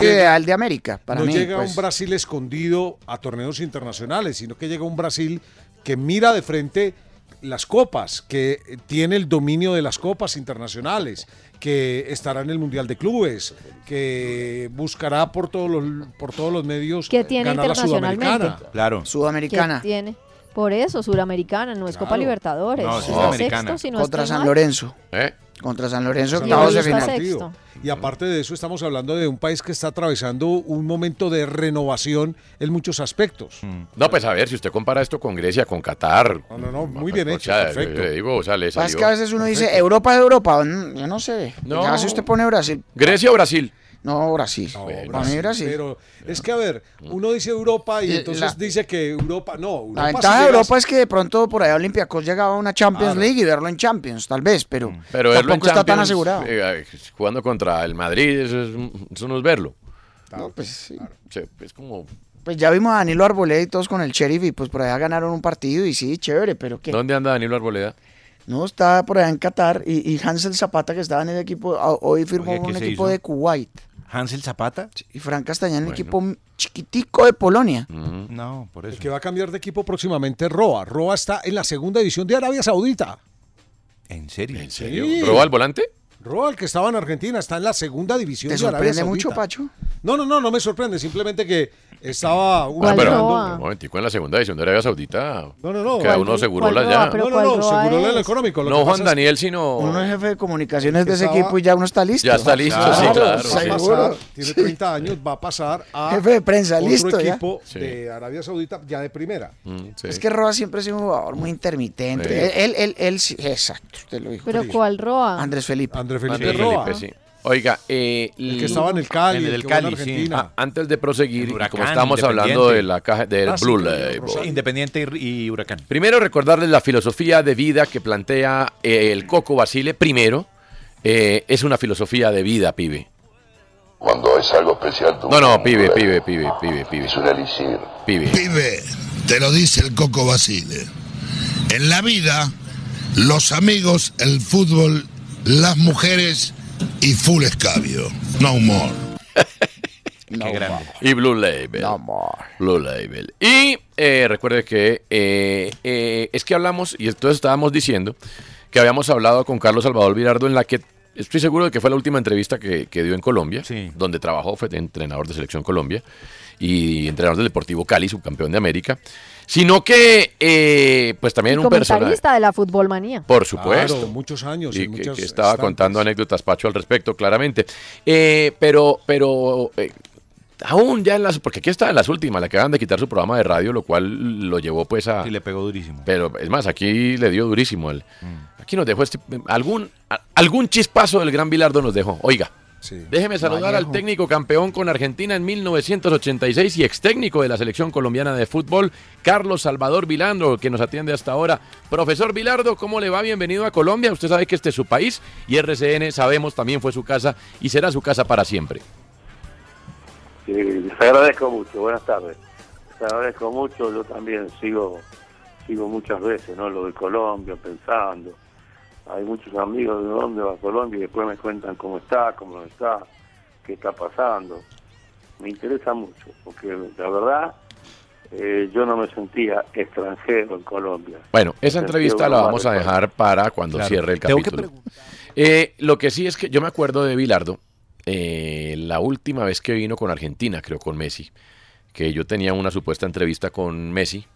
Ideal de América, para
no
mí.
llega
pues.
un Brasil escondido a torneos internacionales, sino que llega un Brasil que mira de frente las copas, que tiene el dominio de las copas internacionales, que estará en el Mundial de Clubes, que buscará por todos los, por todos los medios
Que tiene
ganar la
internacionalmente.
Sudamericana.
Claro.
¿Qué tiene? Por eso, suramericana, no es Copa
Claro.
Libertadores.
No, es
Está
Sudamericana.
sexto, si no
Contra
estoy
San
mal.
Lorenzo.
¿Eh?
Contra San Lorenzo,
Sí,
octavos
hoy
de
está
final.
sexto. Y aparte de eso, estamos hablando de un país que está atravesando un momento de renovación en muchos aspectos.
No, pues a ver, si usted compara esto con Grecia, con Qatar.
No, no, no, muy bien hecho,
O sea,
perfecto.
le digo, o sea, le
Pasa
salió.
Pues, que a veces uno dice Europa es Europa, mm, yo no sé.
No.
Ya si usted pone Brasil.
¿Grecia o Brasil?
No, Brasil. para mí Brasil.
Pues, Pero es que, a ver, uno dice Europa y
Eh,
entonces
la-
dice que Europa. No, Europa
La
sí
ventaja de
llega-
Europa es que de pronto por allá Olympiacos llegaba a una Champions
Claro.
League y verlo en Champions, tal vez, pero,
Mm. Pero verlo en
tampoco está tan
Champions,
asegurado.
eh, eh, jugando contra el Madrid, eso, es, eso no es verlo.
No, pues sí.
O sea, es como.
Pues ya vimos a Danilo Arboleda y todos con el Sheriff y pues por allá ganaron un partido y sí, chévere, pero que
¿Dónde anda Danilo Arboleda?
no está por allá en Qatar y, y Hansel Zapata que estaba en el equipo, a- hoy firmó
Oye, ¿qué
un
se
equipo
hizo?
de Kuwait
Hansel Zapata.
y Fran Castañeda en un equipo chiquitico de Polonia.
No, por
Mm. El que va a cambiar de equipo próximamente es Roa. Roa está en la segunda división de Arabia Saudita.
¿En serio? ¿En
serio? ¿Roba al volante?
Roa, el que estaba en Argentina, está en la segunda división
¿Te
de Arabia
sorprende mucho,
Saudita.
Pacho?
No, no, no, no me sorprende. Simplemente que estaba. uno
No, pero
Ah.
mirando-
un momentico en la segunda edición de Arabia Saudita.
No, no, no.
Cada uno
¿Cuál-
seguro
cuál
la
Roa?
ya.
Pero No, no, ¿cuál no, Roa seguro la es? del económico, lo que
No
pasa
Juan
es-
Daniel, sino.
Uno es jefe de comunicaciones de ese
Estaba-
equipo y ya uno está listo.
Ya está listo, sí, claro,
va a
sí.
pasar,
Seguro.
tiene 30 años, va a pasar a
Jefe de prensa,
otro
listo, ya.
equipo
Sí.
de Arabia Saudita ya de primera.
Mm, sí.
Es que Roa siempre ha sido un jugador muy intermitente.
Sí.
Él, él, él, él sí- exacto, usted lo dijo.
Pero ¿cuál Roa?
Andrés Felipe.
Andrés
Andrés Felipe, sí. Oiga, eh,
que estaba en el Cali, el
del
que jugó en
Cali, sí.
Argentina.
Ah, antes de proseguir,
Huracán,
Ah, como estábamos hablando
Independiente.
de la caja del
Ah, sí,
Blue
claro,
Label.
Rosario. Independiente y, y Huracán.
Primero recordarles la filosofía de vida que plantea eh, el Coco Basile. Primero, eh, es una filosofía de vida, pibe.
Cuando es algo especial, tú.
No, no, pibe, pibe, pibe, pibe, pibe. Es
un elixir.
Pibe.
Pibe, te lo dice el Coco Basile. En la vida, los amigos, el fútbol, las mujeres y full escabio. No more.
Qué grande. Y Blue Label. Blue Label. Y eh, recuerde que eh, eh, es que hablamos, y entonces estábamos diciendo que habíamos hablado con Carlos Salvador Virardo en la que estoy seguro de que fue la última entrevista que, que dio en Colombia, donde trabajó, fue entrenador de Selección Colombia y entrenador del Deportivo Cali, subcampeón de América. Sino que, eh, pues también un personaje.
Comentarista de la futbolmanía.
Por supuesto.
Claro, muchos años.
Y
en
que,
muchas
que estaba
estancias.
contando anécdotas, Pacho, al respecto, claramente. Eh, pero, pero eh, aún ya en las, porque aquí está en las últimas, le acaban de quitar su programa de radio, lo cual lo llevó pues a... Y le pegó durísimo. Pero es más, aquí le dio durísimo. El, Aquí nos dejó este, algún, a- algún chispazo del gran Bilardo nos dejó. Oiga, déjeme saludar al técnico campeón con Argentina en 1986 y ex técnico de la selección colombiana de fútbol, Carlos Salvador Vilardo, que nos atiende hasta ahora. Profesor Vilardo, ¿cómo le va? Bienvenido a Colombia. Usted sabe que este es su país y RCN, sabemos, también fue su casa y será su casa para siempre.
Sí, Eh, les agradezco mucho, buenas tardes. Les agradezco mucho, yo también sigo sigo muchas veces, ¿no? Lo de Colombia, pensando. Hay muchos amigos de dónde va Colombia y después me cuentan cómo está, cómo no está, qué está pasando. Me interesa mucho, porque la verdad, eh, yo no me sentía extranjero en Colombia.
Bueno, esa
Me sentía
entrevista la
uno más
vamos
de
a dejar para cuando
Claro.
cierre el
Tengo que
capítulo. Eh, lo que sí es que yo me acuerdo de Bilardo, eh, la última vez que vino con Argentina, creo con Messi, que yo tenía una supuesta entrevista con Messi,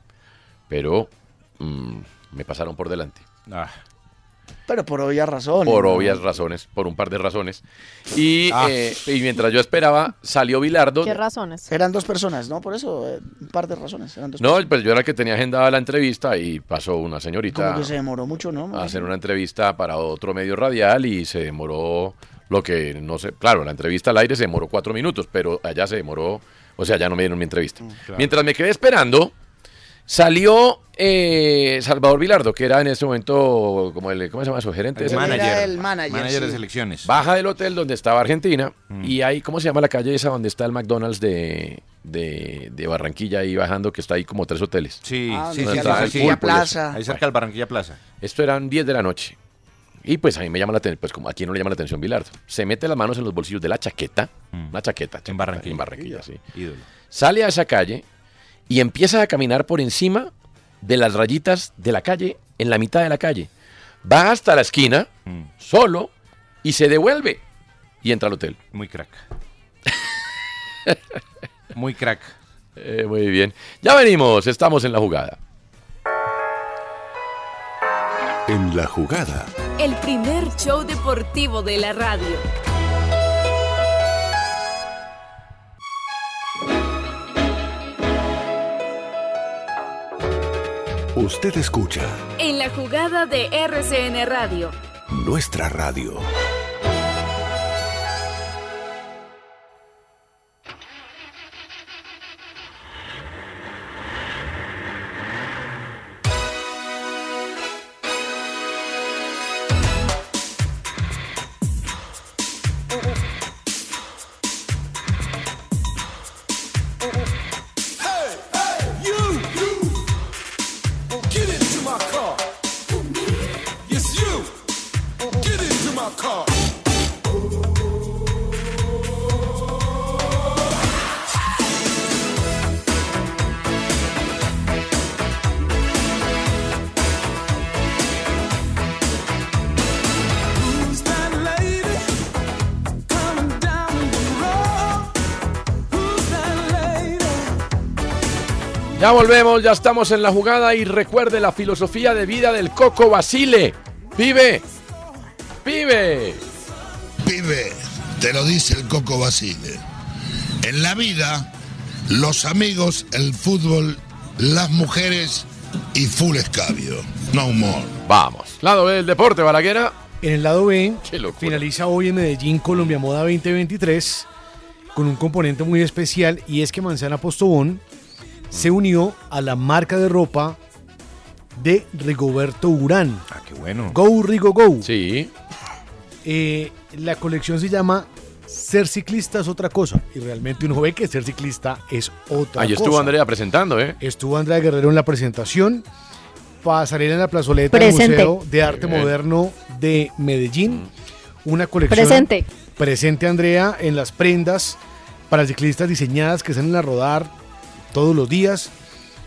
pero mm, me pasaron por delante.
Ah.
Pero por obvias razones.
Por
Oh, ¿no?
obvias razones, por un par de razones. Y,
Ah.
eh, y mientras yo esperaba, salió Bilardo.
¿Qué razones? Eran dos personas, ¿no? Por eso, eh, un par de razones. Eran dos
No, pero yo era el que tenía agendada la entrevista y pasó una señorita.
Como que se demoró mucho, ¿no?
a hacer una entrevista para otro medio radial y se demoró lo que no sé, claro, la entrevista al aire se demoró cuatro minutos, pero allá se demoró, o sea, ya no me dieron mi entrevista.
Mm, claro.
Mientras me quedé esperando, salió eh, Salvador Vilardo, que era en ese momento como el, ¿cómo se llama? Su gerente.
El
ese-
manager. Era
el manager,
Manager de Mm. sí.
selecciones. Baja del hotel donde estaba Argentina y ahí, ¿cómo se llama la calle esa donde está el McDonald's de... De, de Barranquilla ahí bajando, que está ahí como tres hoteles.
Sí,
Ah,
sí,
Donde
sí,
está
sí,
el
sí,
Pulpo y eso.
Ah, Plaza. Ahí cerca del Barranquilla Plaza.
Esto eran 10 de la noche. Y pues a mí me llama la atención, pues como a quién no le llama la atención Bilardo. Se mete las manos en los bolsillos de la chaqueta, una chaqueta, Mm. en Barranquilla, en Barranquilla, sí. Sale a esa calle y empieza a caminar por encima de las rayitas de la calle, en la mitad de la calle. Va hasta la esquina,
Mm.
solo, y se devuelve y entra al hotel.
Muy crack. Muy crack.
Eh, muy bien. Ya venimos, estamos en la jugada.
En la jugada.
El primer show deportivo de la radio.
Usted escucha
En la jugada de RCN Radio.
nuestra radio.
Ya volvemos, ya estamos en la jugada y recuerde la filosofía de vida del Coco Basile. Vive, vive.
Pibe, te lo dice el Coco Basile. En la vida, los amigos, el fútbol, las mujeres y full escabio. No more.
Vamos. Lado del deporte, Balaguera.
En el lado B,
Qué locura.
finaliza hoy en Medellín Colombia Moda 2023 con un componente muy especial y es que Manzana Postobón se
Mm.
unió a la marca de ropa de Rigoberto Urán. Ah, qué
bueno.
Go Rigo Go. Eh,
Sí.
la colección se llama Ser ciclista es otra cosa. Y realmente uno ve que ser ciclista es otra
Ahí
cosa.
estuvo Andrea presentando, ¿eh?
Estuvo Andrea Guerrero en la presentación. Pasarela en la plazoleta
Presente.
del Museo de Arte
Muy bien.
Moderno de Medellín. Una colección.
Presente.
Presente, Andrea, en las prendas para ciclistas diseñadas que salen a rodar todos los días.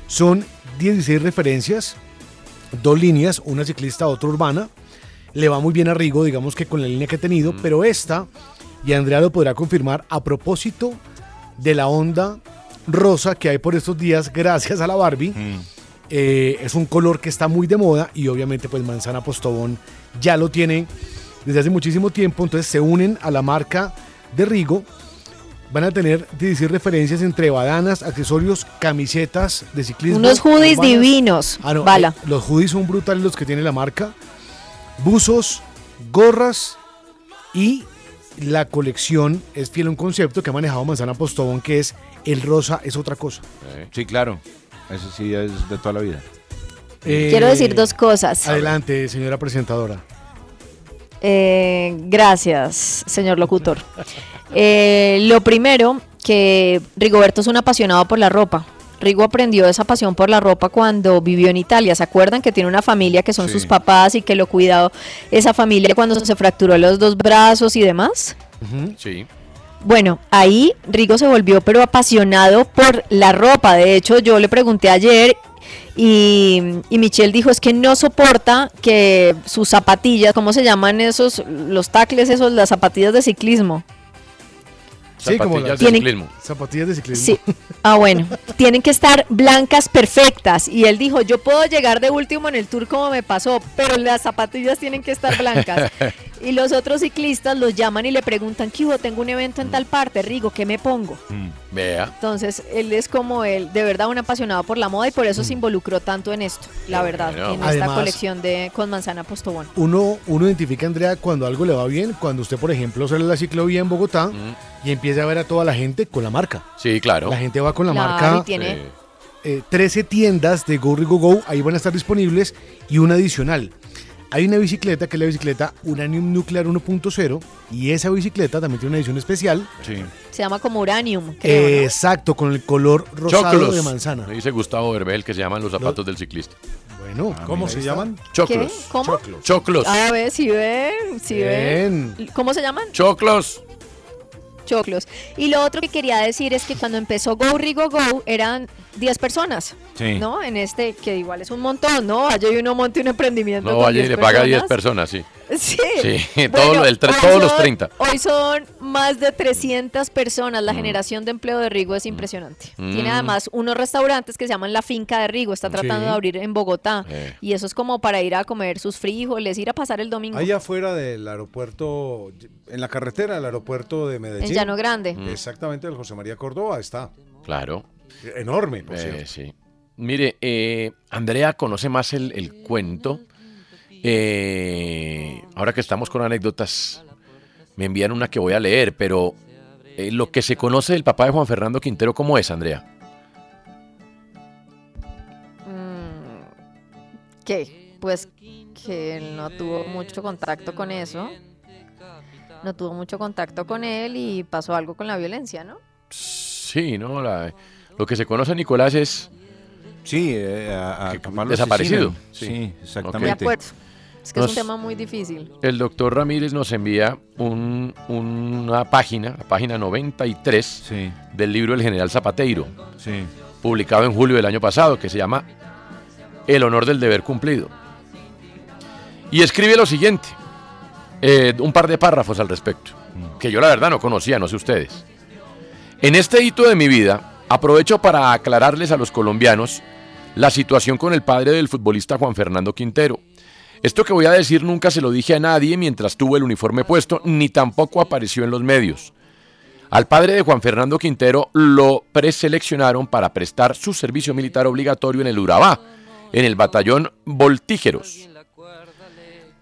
Son 16 referencias, dos líneas, una ciclista, otra urbana. Le va muy bien a Rigo, digamos que con la línea que ha tenido, pero esta, y Andrea lo podrá confirmar, a propósito de la onda rosa que hay por estos días, gracias a la Barbie. Eh, es un color que está muy de moda y obviamente pues Manzana Postobón ya lo tiene desde hace muchísimo tiempo. Entonces se unen a la marca de Rigo. Van a tener 16 referencias entre badanas, accesorios, camisetas de ciclismo.
Unos hoodies
urbanas.
divinos.
Ah, no,
Bala.
eh, los hoodies son brutales los que tiene la marca. Buzos, gorras y la colección es fiel a un concepto que ha manejado Manzana Postobón que es el rosa es otra cosa.
Sí, claro. Eso sí es de toda la vida.
Eh,
Eh,
Quiero decir dos cosas.
Adelante, señora presentadora.
Eh, gracias, señor locutor. Eh, lo primero, que Rigoberto es un apasionado por la ropa. Rigo aprendió esa pasión por la ropa cuando vivió en Italia. ¿Se acuerdan que tiene una familia que son
Sí.
sus papás y que lo cuidó esa familia cuando se fracturó los dos brazos y demás?
Sí.
Bueno, ahí Rigo se volvió pero apasionado por la ropa. De hecho, yo le pregunté ayer y, y Michelle dijo es que no soporta que sus zapatillas, ¿cómo se llaman esos? Los tacles esos, las zapatillas de ciclismo.
Zapatillas de
Tienen-
ciclismo.
Zapatillas de ciclismo.
Sí. Ah, bueno. Tienen que estar blancas perfectas. Y él dijo, yo puedo llegar de último en el tour como me pasó, pero las zapatillas tienen que estar blancas. Y los otros ciclistas los llaman y le preguntan, ¿qué hubo? Tengo un evento en tal parte, Rigo, ¿qué me pongo?
Vea.
Entonces, él es como él, de verdad un apasionado por la moda y por eso
Mm.
se involucró tanto en esto, la verdad,
bueno.
en esta
Además-
colección de con manzana postobón.
Uno, uno identifica, Andrea, cuando algo le va bien, cuando usted, por ejemplo, sale a la ciclovía en Bogotá y empieza a ver a toda la gente con la marca.
Mm. Sí, claro.
La gente va con la
Claro,
marca.
y tiene-
eh, 13 tiendas de Go Rigo Go, ahí van a estar disponibles y una adicional. Hay una bicicleta que es la bicicleta Uranium Nuclear 1.0 y esa bicicleta también tiene una edición especial.
Se llama como Uranium, creo.
Eh, exacto, con el color rosado
Choclos.
de manzana.
Me dice Gustavo Verbel que se llaman los zapatos del ciclista.
Bueno,
¿Cómo se llaman?
Choclos.
¿Qué? ¿Cómo?
Choclos. Eh. Choclos.
A ver, si ven, si ven.
Bien.
¿Cómo se llaman?
Choclos.
Choclos. Y lo otro que quería decir es que cuando empezó Go Rigo Go eran 10 personas,
Sí.
¿no? En este, que igual es un montón, ¿no? Allá hay uno monte un emprendimiento.
No
con
vaya y le paga a 10 personas, sí.
Sí,
Sí, todo lo- el tre-
hoy
todos los
son-
30.
Hoy son más de 300 personas. La generación de empleo de Rigo es impresionante.
Mm.
Tiene además unos restaurantes que se llaman La Finca de Rigo. Está tratando
Sí.
de abrir en Bogotá.
Eh.
Y eso es como para ir a comer sus frijoles, ir a pasar el domingo.
Allá afuera del aeropuerto, en la carretera del aeropuerto de Medellín.
En Llano Grande.
Mm. Exactamente, el José María Córdoba está.
Claro.
Enorme, por
Eh,
cierto.
sí. Mire, eh, Andrea conoce más el, el cuento. Eh, ahora que estamos con anécdotas, me envían una que voy a leer, pero eh, lo que se conoce del papá de Juan Fernando Quintero, ¿cómo es, Andrea?
Mm, ¿Qué? Pues que él no tuvo mucho contacto con eso. No tuvo mucho contacto con él y pasó algo con la violencia, ¿no?
Sí, ¿no? La- lo que se conoce a Nicolás es...
Sí, eh, a- a papá lo
desaparecido.
asesinan. Sí,
De
exactamente.
acuerdo. Es que es
Nos-
un tema muy difícil.
El doctor Ramírez nos envía un- una página, la página 93 del libro El General Zapateiro, publicado en julio del año pasado, que se llama El honor del deber cumplido. Y escribe lo siguiente, eh, un par de párrafos al respecto, que yo la verdad no conocía, no sé ustedes. En este hito de mi vida, aprovecho para aclararles a los colombianos la situación con el padre del futbolista Juan Fernando Quintero. Esto que voy a decir nunca se lo dije a nadie mientras tuvo el uniforme puesto, ni tampoco apareció en los medios. Al padre de Juan Fernando Quintero lo preseleccionaron para prestar su servicio militar obligatorio en el Urabá, en el batallón Voltígeros.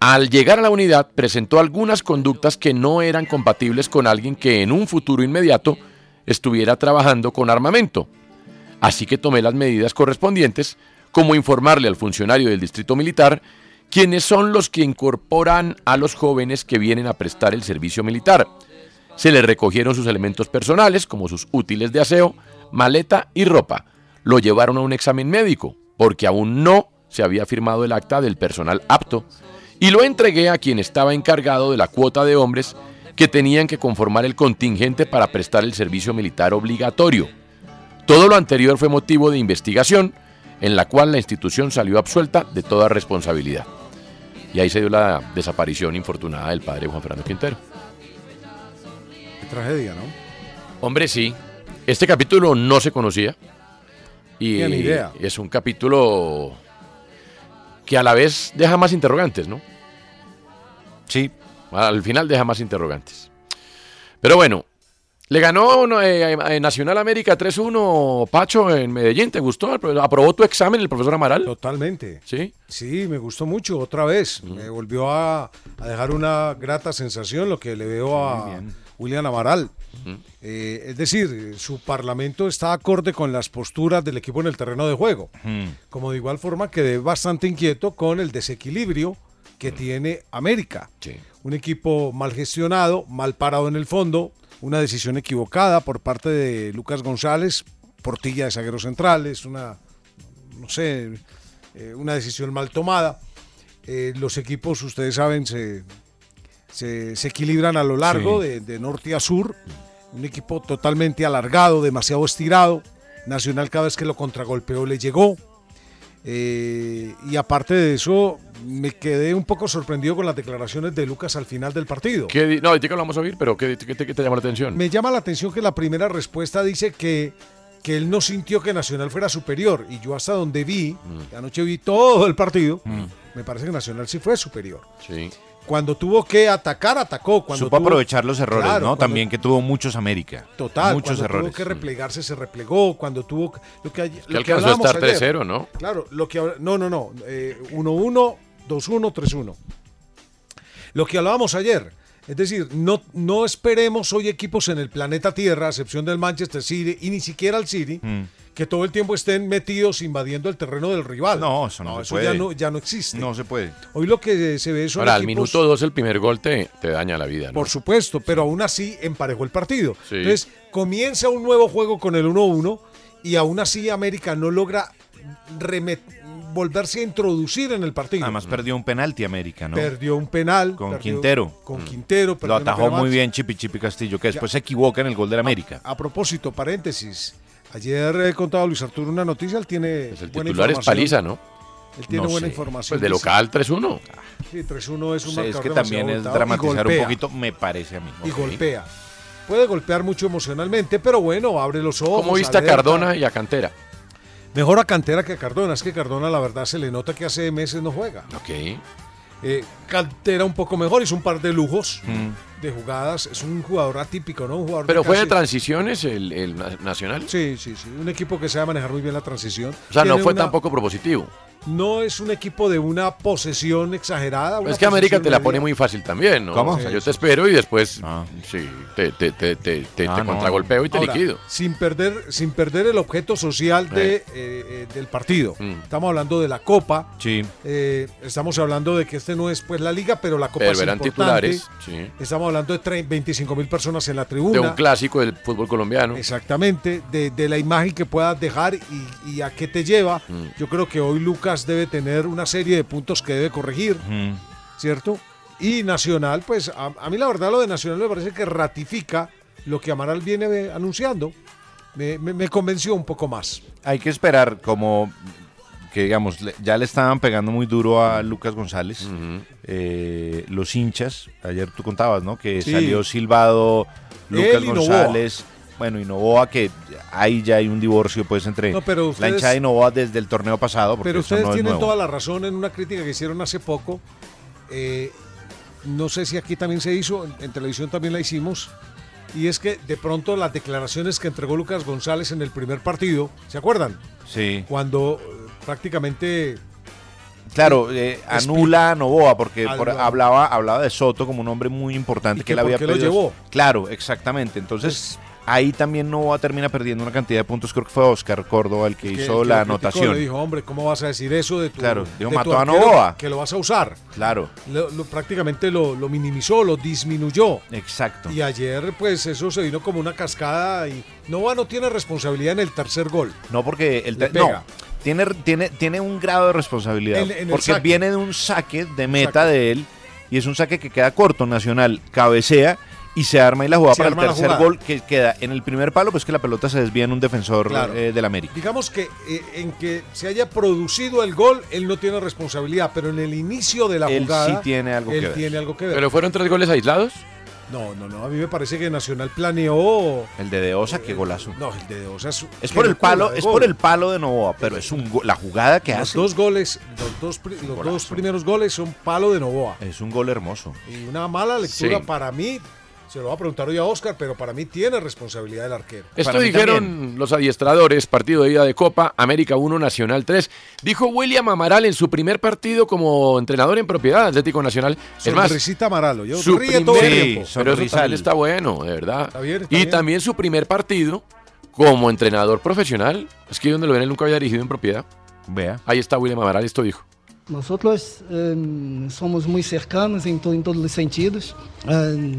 Al llegar a la unidad, presentó algunas conductas que no eran compatibles con alguien que en un futuro inmediato estuviera trabajando con armamento. Así que tomé las medidas correspondientes, como informarle al funcionario del distrito militar quiénes son los que incorporan a los jóvenes que vienen a prestar el servicio militar. Se le recogieron sus elementos personales, como sus útiles de aseo, maleta y ropa. Lo llevaron a un examen médico, porque aún no se había firmado el acta del personal apto, y lo entregué a quien estaba encargado de la cuota de hombres que tenían que conformar el contingente para prestar el servicio militar obligatorio. Todo lo anterior fue motivo de investigación, en la cual la institución salió absuelta de toda responsabilidad. Y ahí se dio la desaparición infortunada del padre Juan Fernando Quintero.
Qué tragedia, ¿no?
Hombre, sí. Este capítulo no se conocía. Y
Ni idea.
es un capítulo que a la vez deja más interrogantes, ¿no? Sí. Al final deja más interrogantes. Pero bueno, le ganó no, eh, eh, Nacional América 3-1 Pacho en Medellín. ¿Te gustó? ¿Aprobó tu examen el profesor Amaral?
Totalmente.
Sí.
Sí, me gustó mucho otra vez. Me volvió a, a dejar una grata sensación lo que le veo a William Amaral. Eh, es decir, eh, su parlamento está acorde con las posturas del equipo en el terreno de juego. Como de igual forma quedé bastante inquieto con el desequilibrio que tiene América. Un equipo mal gestionado, mal parado en el fondo, una decisión equivocada por parte de Lucas González, portilla de zagueros centrales, una, no sé, eh, una decisión mal tomada. Eh, los equipos, ustedes saben, se, se, se equilibran a lo largo
Sí.
de, de norte a sur. Un equipo totalmente alargado, demasiado estirado. Nacional cada vez que lo contragolpeó le llegó. Eh, y aparte de eso, me quedé un poco sorprendido con las declaraciones de Lucas al final del partido.
¿Qué di- no, ya que lo vamos a oír, pero ¿qué, qué te, qué te llamó la atención?
Me llama la atención que la primera respuesta dice que, que él no sintió que Nacional fuera superior. Y yo hasta donde vi,
Mm.
que anoche vi todo el partido,
Mm.
me parece que Nacional sí fue superior.
Sí.
Cuando tuvo que atacar, atacó. Cuando
Supo
tuvo-
aprovechar los errores,
Claro,
¿no?
cuando-
También que tuvo muchos América.
Total,
Muchos
cuando
errores.
tuvo que replegarse, se replegó. Cuando tuvo que- lo que, ayer- lo que
alcanzó a
hablábamos
estar
ayer.
3-0, ¿no?
Claro, lo que habla- no, no, no, eh, 1-1, 2-1, 3-1. Lo que hablábamos ayer, es decir, no, no esperemos hoy equipos en el planeta Tierra, a excepción del Manchester City y ni siquiera el City, que todo el tiempo estén metidos invadiendo el terreno del rival. No, eso
no se
ya
puede.
no, ya no existe.
No se puede.
Hoy lo que se ve son
Ahora, al
equipos-
minuto 2 el primer gol te, te daña la vida, Ah, ¿no?
por supuesto, pero aún así emparejó el partido.
Sí.
Entonces, comienza un nuevo juego con el 1-1 y aún así América no logra remet- volverse a introducir en el partido.
Mm.
Además perdió un penalti América, ¿no?
Perdió un penal.
Con
perdió-
Quintero.
Con
Mm.
Quintero.
Lo
perdió un
atajó
penal
muy
más.
bien Chipi Chipi Castillo, que
Ya.
después se equivoca en el gol del América.
A propósito, paréntesis. Ayer he contado a Luis Arturo una noticia, él tiene
Pues El
buena
titular es
información.
paliza, ¿no?
Él tiene
No
buena
sé.
información.
Pues de
dice.
local 3-1.
Sí, 3-1 es un
O sea, es
marcador
que
demasiado
también es
voltado y
dramatizar un
golpea.
poquito, me parece a mí.
y
Ok.
golpea. Puede golpear mucho emocionalmente, pero bueno, abre los ojos.
¿Cómo viste a
alerta.
Cardona y a Cantera?
Mejor a Cantera que a Cardona. Es que Cardona, la verdad, se le nota que hace meses no juega.
Ok.
Eh, Cantera un poco mejor, hizo un par de lujos de jugadas. Es un jugador atípico, ¿no? Un jugador
Mm. Pero
que
fue de
casi-
transiciones el, el na- Nacional.
Sí, sí, sí. Un equipo que sabe manejar muy bien la transición.
O sea, no
Tiene
fue
una-
tampoco propositivo.
No es un equipo de una posesión exagerada. Ah, una
Es que América
posesión
te la
media.
pone muy fácil también, ¿no?
¿Cómo?
O sea, yo te espero y después sí, te, te, te, te, te-
Ah,
te
no.
contragolpeo y te
Ahora,
liquido.
Sin perder, sin perder el objeto social de,
Sí.
eh, eh, del partido.
Mm.
Estamos hablando de la Copa.
Sí.
Eh, estamos hablando de que este no es pues la liga, pero la Copa
Pero
es
eran
importante.
titulares. sí.
Estamos hablando de 25 mil personas en la
De
tribuna.
un clásico del fútbol colombiano.
Exactamente, de, de la imagen que puedas dejar y, y a qué te lleva.
Mm.
Yo creo que hoy Lucas debe tener una serie de puntos que debe corregir, ¿cierto? Y Nacional, pues a, a mí la verdad lo de Nacional me parece que ratifica lo que Amaral viene eh, anunciando. Me, me- me convenció un poco más.
Hay que esperar, como que digamos, le- ya le estaban pegando muy duro a Lucas González. eh, los hinchas, ayer tú contabas, ¿no? Que
Sí.
salió silbado Lucas
Él y Novoa.
González. Bueno, y Novoa, que ahí ya hay un divorcio, pues, entre
No, pero
la
ustedes-
hinchada de Novoa desde el torneo pasado. Porque
Pero
eso
ustedes
no es
tienen
nuevo.
toda la razón en una crítica que hicieron hace poco. Eh, no sé si aquí también se hizo, en, en televisión también la hicimos. Y es que de pronto las declaraciones que entregó Lucas González en el primer partido, ¿se acuerdan?
Sí.
Cuando eh, prácticamente
Claro, eh, anula a Novoa porque por-
Algo.
hablaba, hablaba de Soto como un hombre muy importante
¿Y
que,
que
él había
por qué lo
pedido.
llevó?
Claro, exactamente. Entonces ahí también Novoa termina perdiendo una cantidad de puntos. Creo que fue Oscar Córdoba el que,
que-
hizo
que
la
lo criticó,
anotación.
Le dijo, hombre, ¿cómo vas a decir eso de tu
Claro, dijo,
de tu
mató a
arquero
Novoa.
Que lo vas a usar.
Claro.
Lo- lo- prácticamente lo, lo minimizó, lo disminuyó.
Exacto.
Y ayer, pues, eso se vino como una cascada y Novoa no tiene responsabilidad en el tercer gol.
No, porque el
Le
te- no,
pega.
tiene, tiene, tiene un grado de responsabilidad.
En- en el
porque
saque.
viene de un saque de meta de él y es un saque que queda corto. Nacional cabecea y se arma y la jugada
Se
para el
arma la
tercer
jugada.
gol que queda en el primer palo, pues que la pelota se desvía en un defensor
Claro.
eh, del América.
Digamos que eh, en que se haya producido el gol, él no tiene responsabilidad, pero en el inicio de la
Él sí
jugada.
tiene algo
él
que ver.
tiene algo que ver.
¿Pero fueron tres goles aislados?
No, no, no. A mí me parece que Nacional planeó.
El de Deosa, qué golazo.
No, el de Deosa es.
Es
qué
por el
locura
palo,
de
es
gol.
por el palo de Novoa, pero es un go- la jugada que
Los
hace.
dos goles, los dos, pri- los dos primeros goles son palo de Novoa.
Es un gol hermoso.
Y una mala lectura
Sí.
para mí, se lo va a preguntar hoy a Oscar, pero para mí tiene responsabilidad el arquero.
Esto dijeron los adiestradores, partido de ida de Copa, América 1, Nacional 3. Dijo William Amaral en su primer partido como entrenador en propiedad Atlético Nacional. Es más,
Sonrisita Amaralo, yo
su
ríe todo el
primer-
tiempo.
pero eso también está bueno, de verdad.
bien, está
y
bien.
también su primer partido como entrenador profesional. Es que donde lo ven, él nunca había dirigido en propiedad.
Vea.
Ahí está William Amaral, esto dijo.
Nosotros eh, somos muy cercanos en, to- en todos los sentidos. Eh,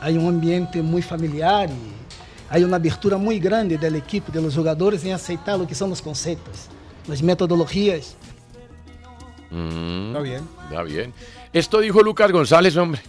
hay un ambiente muy familiar y hay una abertura muy grande del equipo, de los jugadores, en aceptar lo que son los conceptos, las metodologías.
Mm,
Está bien.
Está bien. Esto dijo Lucas González, hombre.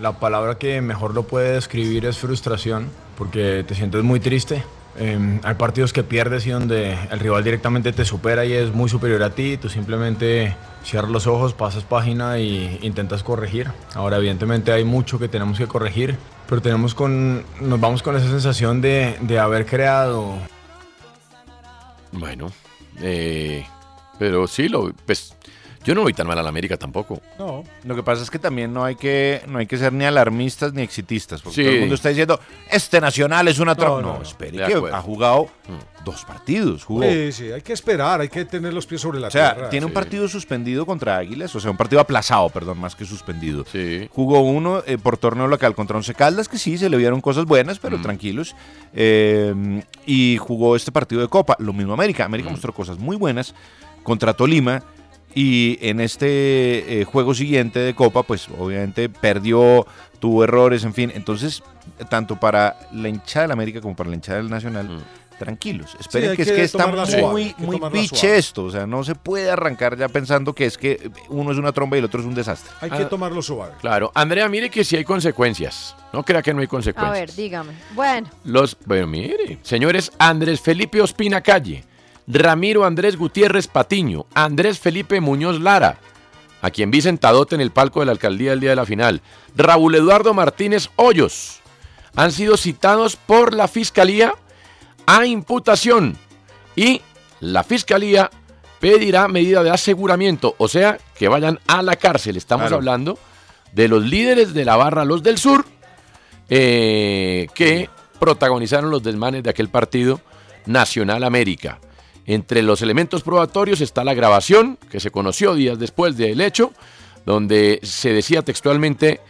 La palabra que mejor lo puede describir es frustración, porque te sientes muy triste. Eh, hay partidos que pierdes y donde el rival directamente te supera y es muy superior a ti, y tú simplemente cierras los ojos, pasas página e intentas corregir. Ahora, evidentemente, hay mucho que tenemos que corregir, pero tenemos con, nos vamos con esa sensación de, de haber creado
Bueno, eh, pero sí, lo, pues, yo no voy tan mal a la América tampoco.
No.
Lo que pasa es que también no hay que, no hay que ser ni alarmistas ni exitistas, porque
Sí.
todo el mundo está diciendo, este Nacional es una trampa.
No,
No,
no, no.
espere,
De
que
acuerdo. Mm.
ha jugado dos partidos, jugó.
Sí, sí, hay que esperar, hay que tener los pies sobre la
O sea,
tierra.
tiene un
Sí.
partido suspendido contra Águilas, o sea, un partido aplazado, perdón, más que suspendido. Jugó uno eh, por torneo local contra Once Caldas, que sí, se le vieron cosas buenas, pero tranquilos. Eh, y jugó este partido de Copa, lo mismo América. América mostró cosas muy buenas contra Tolima. Y en este eh, juego siguiente de Copa, pues obviamente perdió, tuvo errores, en fin. Entonces, tanto para la hinchada del América como para la hinchada del Nacional, tranquilos. Esperen
hay
que,
que
es que está
tomarla suave, hay
muy,
que
muy
tomarla
biche
suave.
esto. O sea, no se puede arrancar ya pensando que es que uno es una tromba y el otro es un desastre.
Hay que tomarlo suave.
Claro, Andrea, mire que sí hay consecuencias. No crea que no hay
A
consecuencias.
ver, dígame. Bueno,
Los, pero mire, señores, Andrés Felipe Ospina Calle, Ramiro Andrés Gutiérrez Patiño, Andrés Felipe Muñoz Lara, a quien vi sentadote en el palco de la alcaldía el día de la final, Raúl Eduardo Martínez Hoyos, han sido citados por la fiscalía a imputación y la fiscalía pedirá medida de aseguramiento, o sea, que vayan a la cárcel. Estamos
Claro.
hablando de los líderes de la barra, los del sur, eh, que protagonizaron los desmanes de aquel partido Nacional América. Entre los elementos probatorios está la grabación que se conoció días después del hecho, donde se decía textualmente,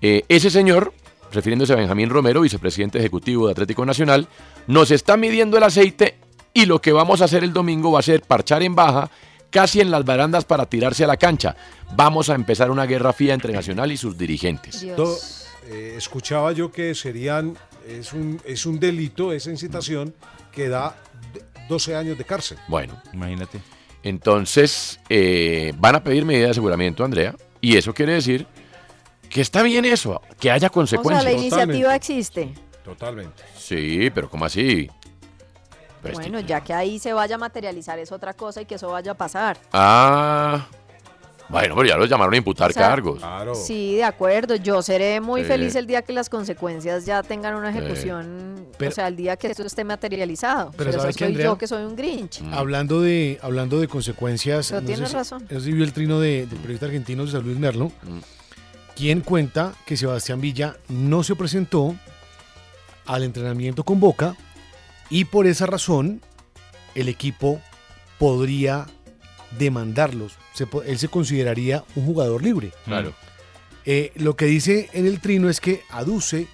eh, ese señor, refiriéndose a Benjamín Romero, vicepresidente ejecutivo de Atlético Nacional, nos está midiendo el aceite y lo que vamos a hacer el domingo va a ser parchar en baja, casi en las barandas para tirarse a la cancha. Vamos a empezar una guerra fría entre Nacional y sus dirigentes.
Do- eh, escuchaba yo que serían, es un, es un delito esa incitación que da d- 12 años de cárcel.
Bueno.
Imagínate.
Entonces, eh, van a pedir medida de aseguramiento, Andrea, y eso quiere decir que está bien eso, que haya
o sea,
consecuencias.
la iniciativa existe.
Totalmente.
Sí, pero ¿cómo así? Pues,
Bueno, ya que ahí se vaya a materializar es otra cosa y que eso vaya a pasar.
Ah. Bueno, pero ya los llamaron a imputar
O sea,
cargos.
Sí, de acuerdo. Yo seré muy
Sí.
feliz el día que las consecuencias ya tengan una
Sí.
ejecución,
Pero-
o sea, el día que esto esté materializado.
Pero
Pero,
¿sabe
eso
qué,
soy
Andrea?
yo que soy un Grinch.
Mm.
Mm.
Hablando de, hablando de consecuencias,
Pero tienes razón.
no sé si vio el trino de- del periodista argentino José Luis Merlo, quien cuenta que Sebastián Villa no se presentó al entrenamiento con Boca y por esa razón el equipo podría demandarlos. Se po- él se consideraría un jugador libre.
Claro.
Eh, lo que dice en el trino es que aduce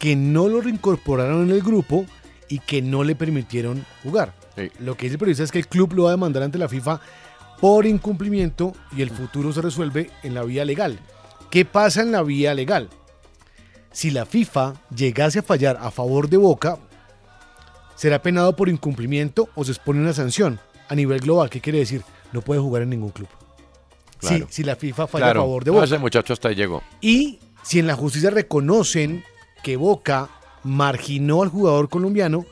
que no lo reincorporaron en el grupo y que no le permitieron jugar. Lo que dice el periodista es que el club lo va a demandar ante la FIFA por incumplimiento y el futuro se resuelve en la vía legal. ¿Qué pasa en la vía legal? Si la FIFA llegase a fallar a favor de Boca, será penado por incumplimiento o se expone una sanción a nivel global. ¿Qué quiere decir? No puede jugar en ningún club. Si-
Claro. Ah,
Si, la FIFA falla a favor de
No,
Boca.
ese muchacho hasta ahí llegó.
Y si en la justicia reconocen que Boca marginó al jugador colombiano,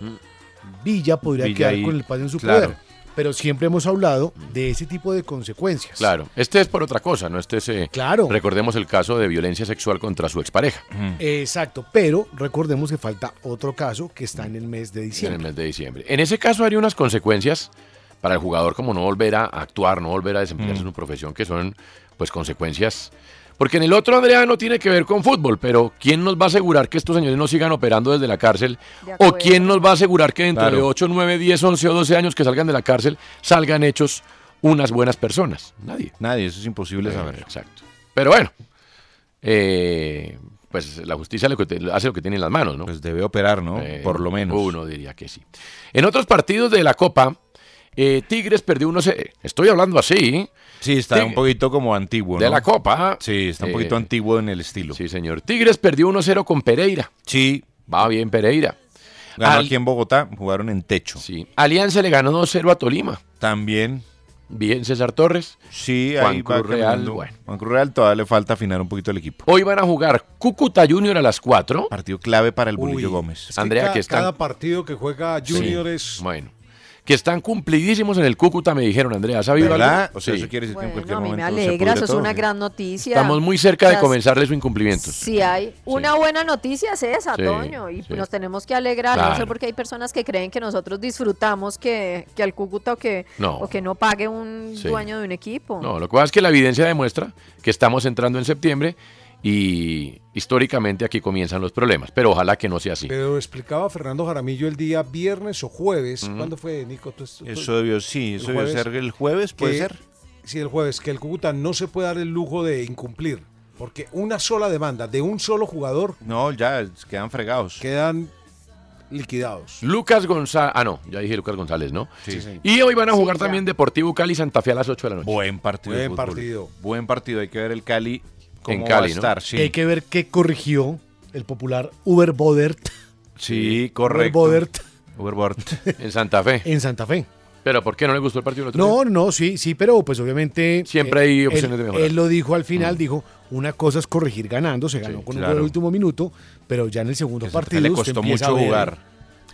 Villa podría
Mm. Villa
quedar
ahí,
con el pase en su
claro. Mm.
poder. Pero siempre hemos hablado de ese tipo de consecuencias.
Claro. Este es por otra cosa, ¿no? Este es. eh,
Claro.
Recordemos el caso de violencia sexual contra su expareja.
Exacto, pero recordemos que falta otro caso que está en el mes de
en el
diciembre.
mes de diciembre. En ese caso haría unas consecuencias para el jugador como no volver a actuar, no volver a desempeñarse en su profesión, que son pues consecuencias. Porque en el otro, Andrea, no tiene que ver con fútbol, pero ¿quién nos va a asegurar que estos señores no sigan operando desde la cárcel?
De
¿O
acuerdo.
quién nos va a asegurar que dentro de
Claro.
8, 9, 10, 11 o 12 años que salgan de la cárcel salgan hechos unas buenas personas? Nadie.
Nadie, eso es imposible
saber. Eh, Exacto. Pero bueno, eh, pues la justicia lo que te- hace lo que tiene en las manos, ¿no? Pues
debe operar, ¿no? Por lo menos.
Uno diría que sí. En otros partidos de la Copa, eh, Tigres perdió 1-0. Estoy hablando así. ¿eh?
Sí, está un poquito como antiguo.
De
¿no?
la Copa.
Sí, está un
Eh,
poquito antiguo en el estilo. Sí,
señor. Tigres perdió 1-0 con Pereira.
Sí.
Va bien Pereira.
Ganó
Al-
aquí en Bogotá, jugaron en techo.
Sí. Alianza le ganó 2-0 a Tolima.
También.
Bien César Torres.
Sí,
Juan
ahí
Cruz
va
Real,
caminando.
bueno.
Juan Cruz Real todavía le falta afinar un poquito el equipo.
Hoy van a jugar Cúcuta Junior a las 4.
Partido clave para el Bolillo
Uy,
Gómez.
Andrea,
Ca-
que están
Cada partido que juega Junior
Sí,
es
Bueno. Que están cumplidísimos en el Cúcuta, me dijeron, Andrea. ¿Has sabido
¿Verdad?
algo?
O sea, eso quiere decir que en cualquier momento se
pudre
pudre
Alegra, eso es
todo.
una gran noticia.
Estamos muy cerca de
Las-
comenzarle su incumplimiento.
Si hay una buena noticia es esa,
Sí,
Toño, y
sí.
nos tenemos que alegrar. No sé
Claro.
por qué hay personas que creen que nosotros disfrutamos que, que al Cúcuta o que,
No.
o que no pague un
Sí.
dueño de un equipo.
No, lo que pasa es que la evidencia demuestra que estamos entrando en septiembre y históricamente aquí comienzan los problemas, pero ojalá que no sea así.
Pero explicaba Fernando Jaramillo el día viernes o jueves. ¿Cuándo fue, Nico? Tú- tú-
Eso debió- sí,
el
eso debió ser el jueves, ¿puede
que-
ser?
Sí, el jueves, que el Cúcuta no se puede dar el lujo de incumplir. Porque una sola demanda de un solo jugador.
No, ya quedan fregados.
Quedan liquidados.
Lucas González, ah no, ya dije Lucas González, ¿no?
Sí, señor.
Y hoy van a
Sí,
jugar
ya.
también Deportivo Cali Santa Fe a las 8 de la noche.
Buen partido. de
Buen
fútbol.
partido.
Buen partido. Hay que ver el Cali cómo
En Cali,
va a
¿no?
estar. Sí,
Y Hay que ver qué corrigió el popular Uber Bodert
sí correcto.
Uberbodert.
Uberbodert.
En Santa Fe.
en Santa Fe.
Pero ¿por qué no le gustó el partido del otro día?
No, no, sí, sí, pero pues obviamente...
Siempre hay opciones
él-
de mejorar. Mm.
Él lo dijo al final, dijo, una cosa es corregir ganando, se ganó con un gol
claro.
al último minuto, pero ya en el segundo partido
le
usted
costó
empieza a
mucho
ver-
jugar.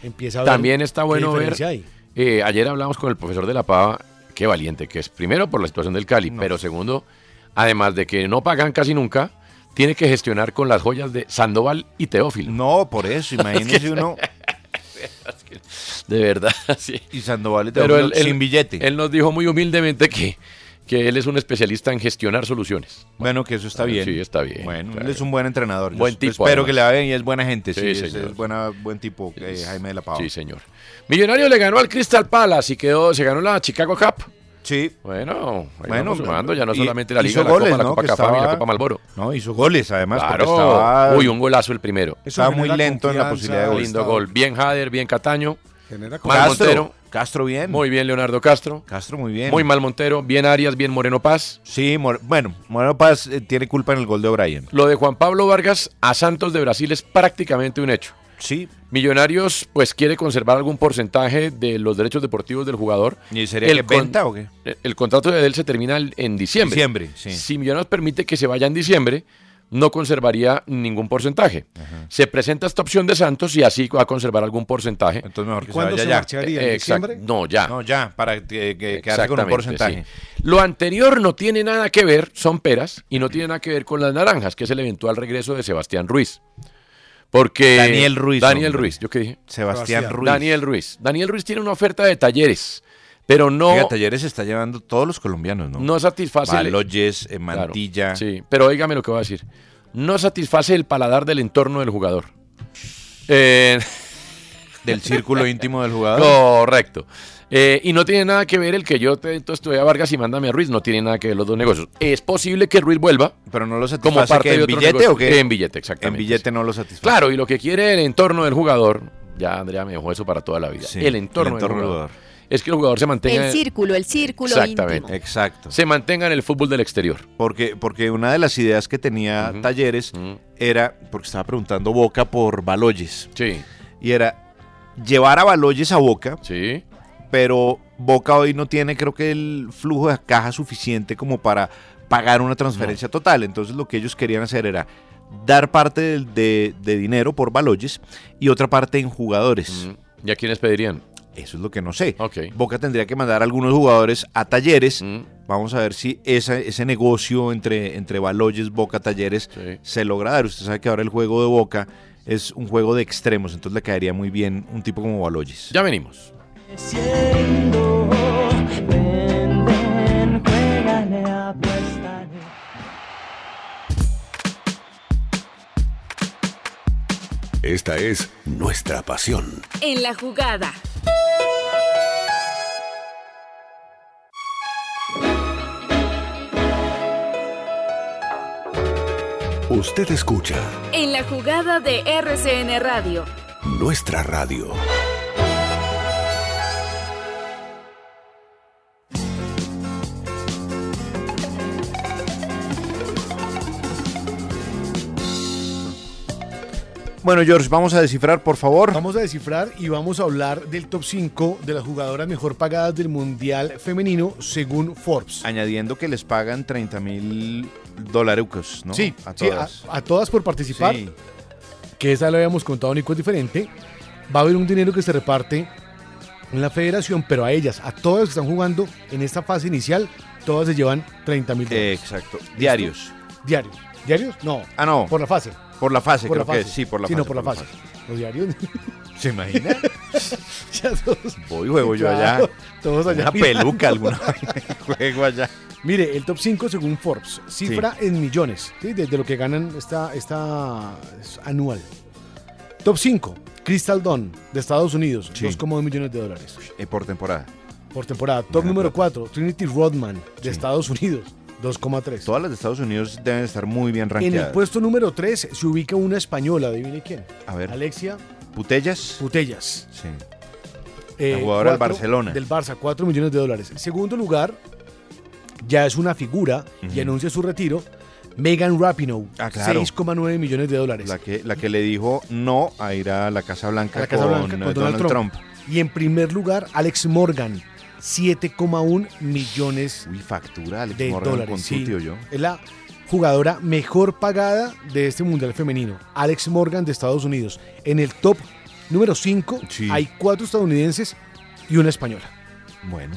Empieza a ver
También está
qué
bueno ver.
diferencia hay.
eh, ayer hablamos con el profesor de la Pava, qué valiente que es. Primero por la situación del Cali, pero segundo, además de que no pagan casi nunca, tiene que gestionar con las joyas de Sandoval y Teófilo.
No, por eso, imagínese uno.
De verdad, sí.
Y Sandoval y
Pero
Teófilo
él- él-
sin billete.
Él nos dijo muy humildemente que, que él es un especialista en gestionar soluciones.
Bueno, que eso está bien.
Ah, Sí, está bien.
Bueno,
claro.
él es un buen entrenador. Yo
Buen
es-
tipo,
Espero
además.
que le vaya bien y es buena gente. Sí,
Sí,
es-
señor.
es buena, buen tipo, eh, Jaime de la Pava.
Sí, señor. Millonario le ganó al Crystal Palace y quedó, se ganó la Chicago Cup.
Sí.
Bueno, ahí
Bueno,
vamos sumando ya no
y-
solamente la Liga,
hizo
la
goles,
Copa, la
¿no?
Copa
Que
Cafam y la
estaba-
Copa Malboro.
No, hizo goles además. porque
Claro.
estaba-
Uy, un golazo el primero.
Estaba muy
genera
lento en la
confianza,
posibilidad de gol.
Lindo gol. Bien Jader, bien Cataño.
Genera
Mal
Castro,
Montero.
Castro bien.
Muy bien Leonardo Castro.
Castro muy bien.
Muy mal Montero. Bien Arias, bien Moreno Paz.
Sí, Mor- bueno, Moreno Paz eh, tiene culpa en el gol de O'Brien.
Lo de Juan Pablo Vargas a Santos de Brasil es prácticamente un hecho.
Sí.
Millonarios, pues quiere conservar algún porcentaje de los derechos deportivos del jugador.
¿Y sería que venta o qué?
El contrato de él se termina el- en diciembre.
Diciembre, sí.
Si Millonarios permite que se vaya en diciembre, no conservaría ningún porcentaje. Se presenta esta opción de Santos y así va a conservar algún porcentaje.
Entonces mejor que
cuando
se vaya ya.
Eh, exact- No, ya.
No, ya, para que, que quedarse con un
Exactamente,
porcentaje.
sí. Lo anterior no tiene nada que ver, son peras, y no tiene nada que ver con las naranjas, que es el eventual regreso de Sebastián Ruiz. Porque
Daniel Ruiz,
Daniel
hombre.
Ruiz, ¿yo qué dije?
Sebastián Sebastián. Ruiz.
Daniel Ruiz. Daniel Ruiz tiene una oferta de talleres, pero no,
Oiga, Talleres está llevando todos los colombianos, ¿no?
no satisface. el-
Baloyes, eh,
Claro,
Mantilla.
sí, pero oígame lo que voy a decir. No satisface el paladar del entorno del jugador. Eh,
Del círculo íntimo del jugador.
Correcto. Eh, y no tiene nada que ver el que yo te, entonces te doy a Vargas y mándame a Ruiz, no tiene nada que ver los dos negocios. Es posible que Ruiz vuelva.
Pero no lo satisface
Como parte
que en
de otro
billete
negocio.
o qué?
En billete, exactamente.
En billete no lo satisface.
Claro, y lo que quiere el entorno del jugador, ya Andrea me dejó eso para toda la vida.
Sí,
el entorno,
el entorno
del
del
jugador. Es que el jugador se mantenga.
El círculo, el círculo
Exactamente.
íntimo.
Exacto.
Se mantenga en el fútbol del exterior.
Porque, porque una de las ideas que tenía Talleres era, porque estaba preguntando Boca por Baloyes.
Sí.
Y era llevar a Baloyes a Boca.
Sí.
Pero Boca hoy no tiene, creo que, el flujo de caja suficiente como para pagar una transferencia total. Entonces lo que ellos querían hacer era dar parte del- de, de dinero por Baloyes y otra parte en jugadores.
¿Y a quiénes pedirían?
Eso es lo que no sé. Boca tendría que mandar algunos jugadores a talleres. Vamos a ver si esa- ese negocio entre, entre Baloyes, Boca, Talleres se logra dar. Usted sabe que ahora el juego de Boca es un juego de extremos, entonces le caería muy bien un tipo como Baloyes.
Ya venimos.
Esta es nuestra pasión.
En la jugada.
Usted escucha
En la jugada de RCN Radio.
nuestra radio.
Bueno, George, vamos a descifrar, por favor.
Vamos a descifrar y vamos a hablar del top 5 de las jugadoras mejor pagadas del Mundial Femenino según Forbes.
Añadiendo que les pagan 30 mil dolarucos, ¿no?
Sí,
a
sí,
todas.
a todas por participar.
Sí.
Que esa la habíamos contado, Nico, es diferente. Va a haber un dinero que se reparte en la federación, pero a ellas, a todas las que están jugando en esta fase inicial, todas se llevan 30 mil dólares.
Exacto. Diarios.
Diarios. ¿Diarios? No.
Ah, no.
Por la fase.
Por la fase,
Por la
creo que
fase.
sí, por la
Sí,
fase.
no, por la fase. Los diarios.
¿Se imagina?
Ya todos-
Voy, juego yo allá.
Claro, Todos allá.
Una
mirando.
peluca alguna. juego allá.
Mire, el top 5 según Forbes, cifra en millones, ¿sí? desde lo que ganan esta, esta es anual. Top 5, Crystal Dawn de Estados Unidos, 2,2 millones de dólares
Eh, por temporada.
por temporada. Top número
pues.
4, Trinity Rodman de Estados Unidos, 2,3.
Todas las de Estados Unidos deben estar muy bien
En
rankeadas.
el puesto número 3 se ubica una española, adivine quién.
A ver.
Alexia
Putellas.
Putellas.
Sí.
eh,
la jugadora del
cuatro-
Barcelona.
Del Barça, 4 millones de dólares. En segundo lugar, ya es una figura y
Ujú.
anuncia su retiro, Megan Rapinoe,
Ah, claro.
6,9 millones de dólares.
La que, la que le dijo no a ir a la Casa Blanca,
A la Casa
con,
Blanca,
eh,
con Donald, Trump. Y en primer lugar, Alex Morgan, 7,1 millones
Uy, factura Alex
de
Morgan
dólares.
con
sí.
Tuti, oyó.
Es la jugadora mejor pagada de este Mundial Femenino, Alex Morgan de Estados Unidos. En el top número 5 hay cuatro estadounidenses y una española.
Bueno.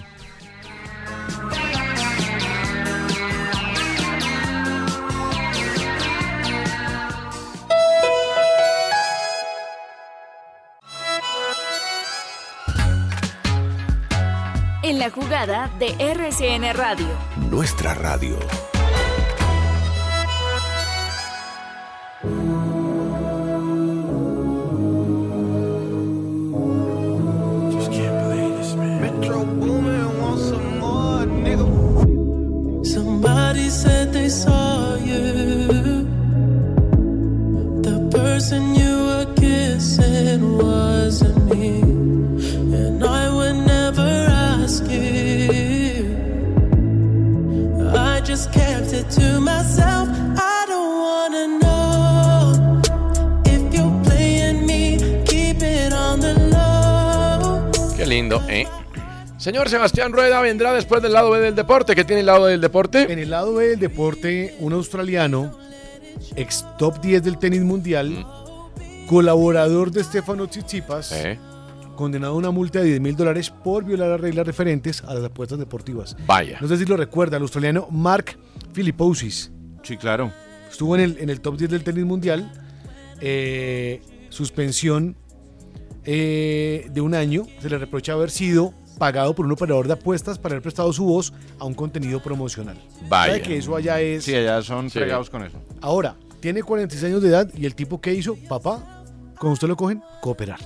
En la jugada de RCN Radio.
Nuestra radio.
Somebody said they saw you. The person you were kissing wasn't me. And I would never ask you. I just kept it to myself. I don't wanna know if you're playing me. Keep it on the low.
Qué lindo, ¿eh? Señor Sebastián Rueda vendrá después del lado B del deporte. ¿Qué tiene el lado B del deporte?
En el lado B del deporte, un australiano, ex top 10 del tenis mundial, colaborador de Stefano Tsitsipas,
Mm. Eh.
condenado a una multa de 10 mil dólares por violar las reglas referentes a las apuestas deportivas.
Vaya.
No sé si lo recuerda, el australiano Mark Filipousis.
Sí, claro.
Estuvo en el, en el top 10 del tenis mundial. eh, suspensión eh, de un año. Se le reprocha haber sido pagado por un operador de apuestas para haber prestado su voz a un contenido promocional.
Vaya.
Sabe que eso allá es...
Sí, allá son
Sí.
fregados con eso.
Ahora, tiene 46 años de edad y el tipo que hizo, papá, cuando usted lo cogen, cooperar.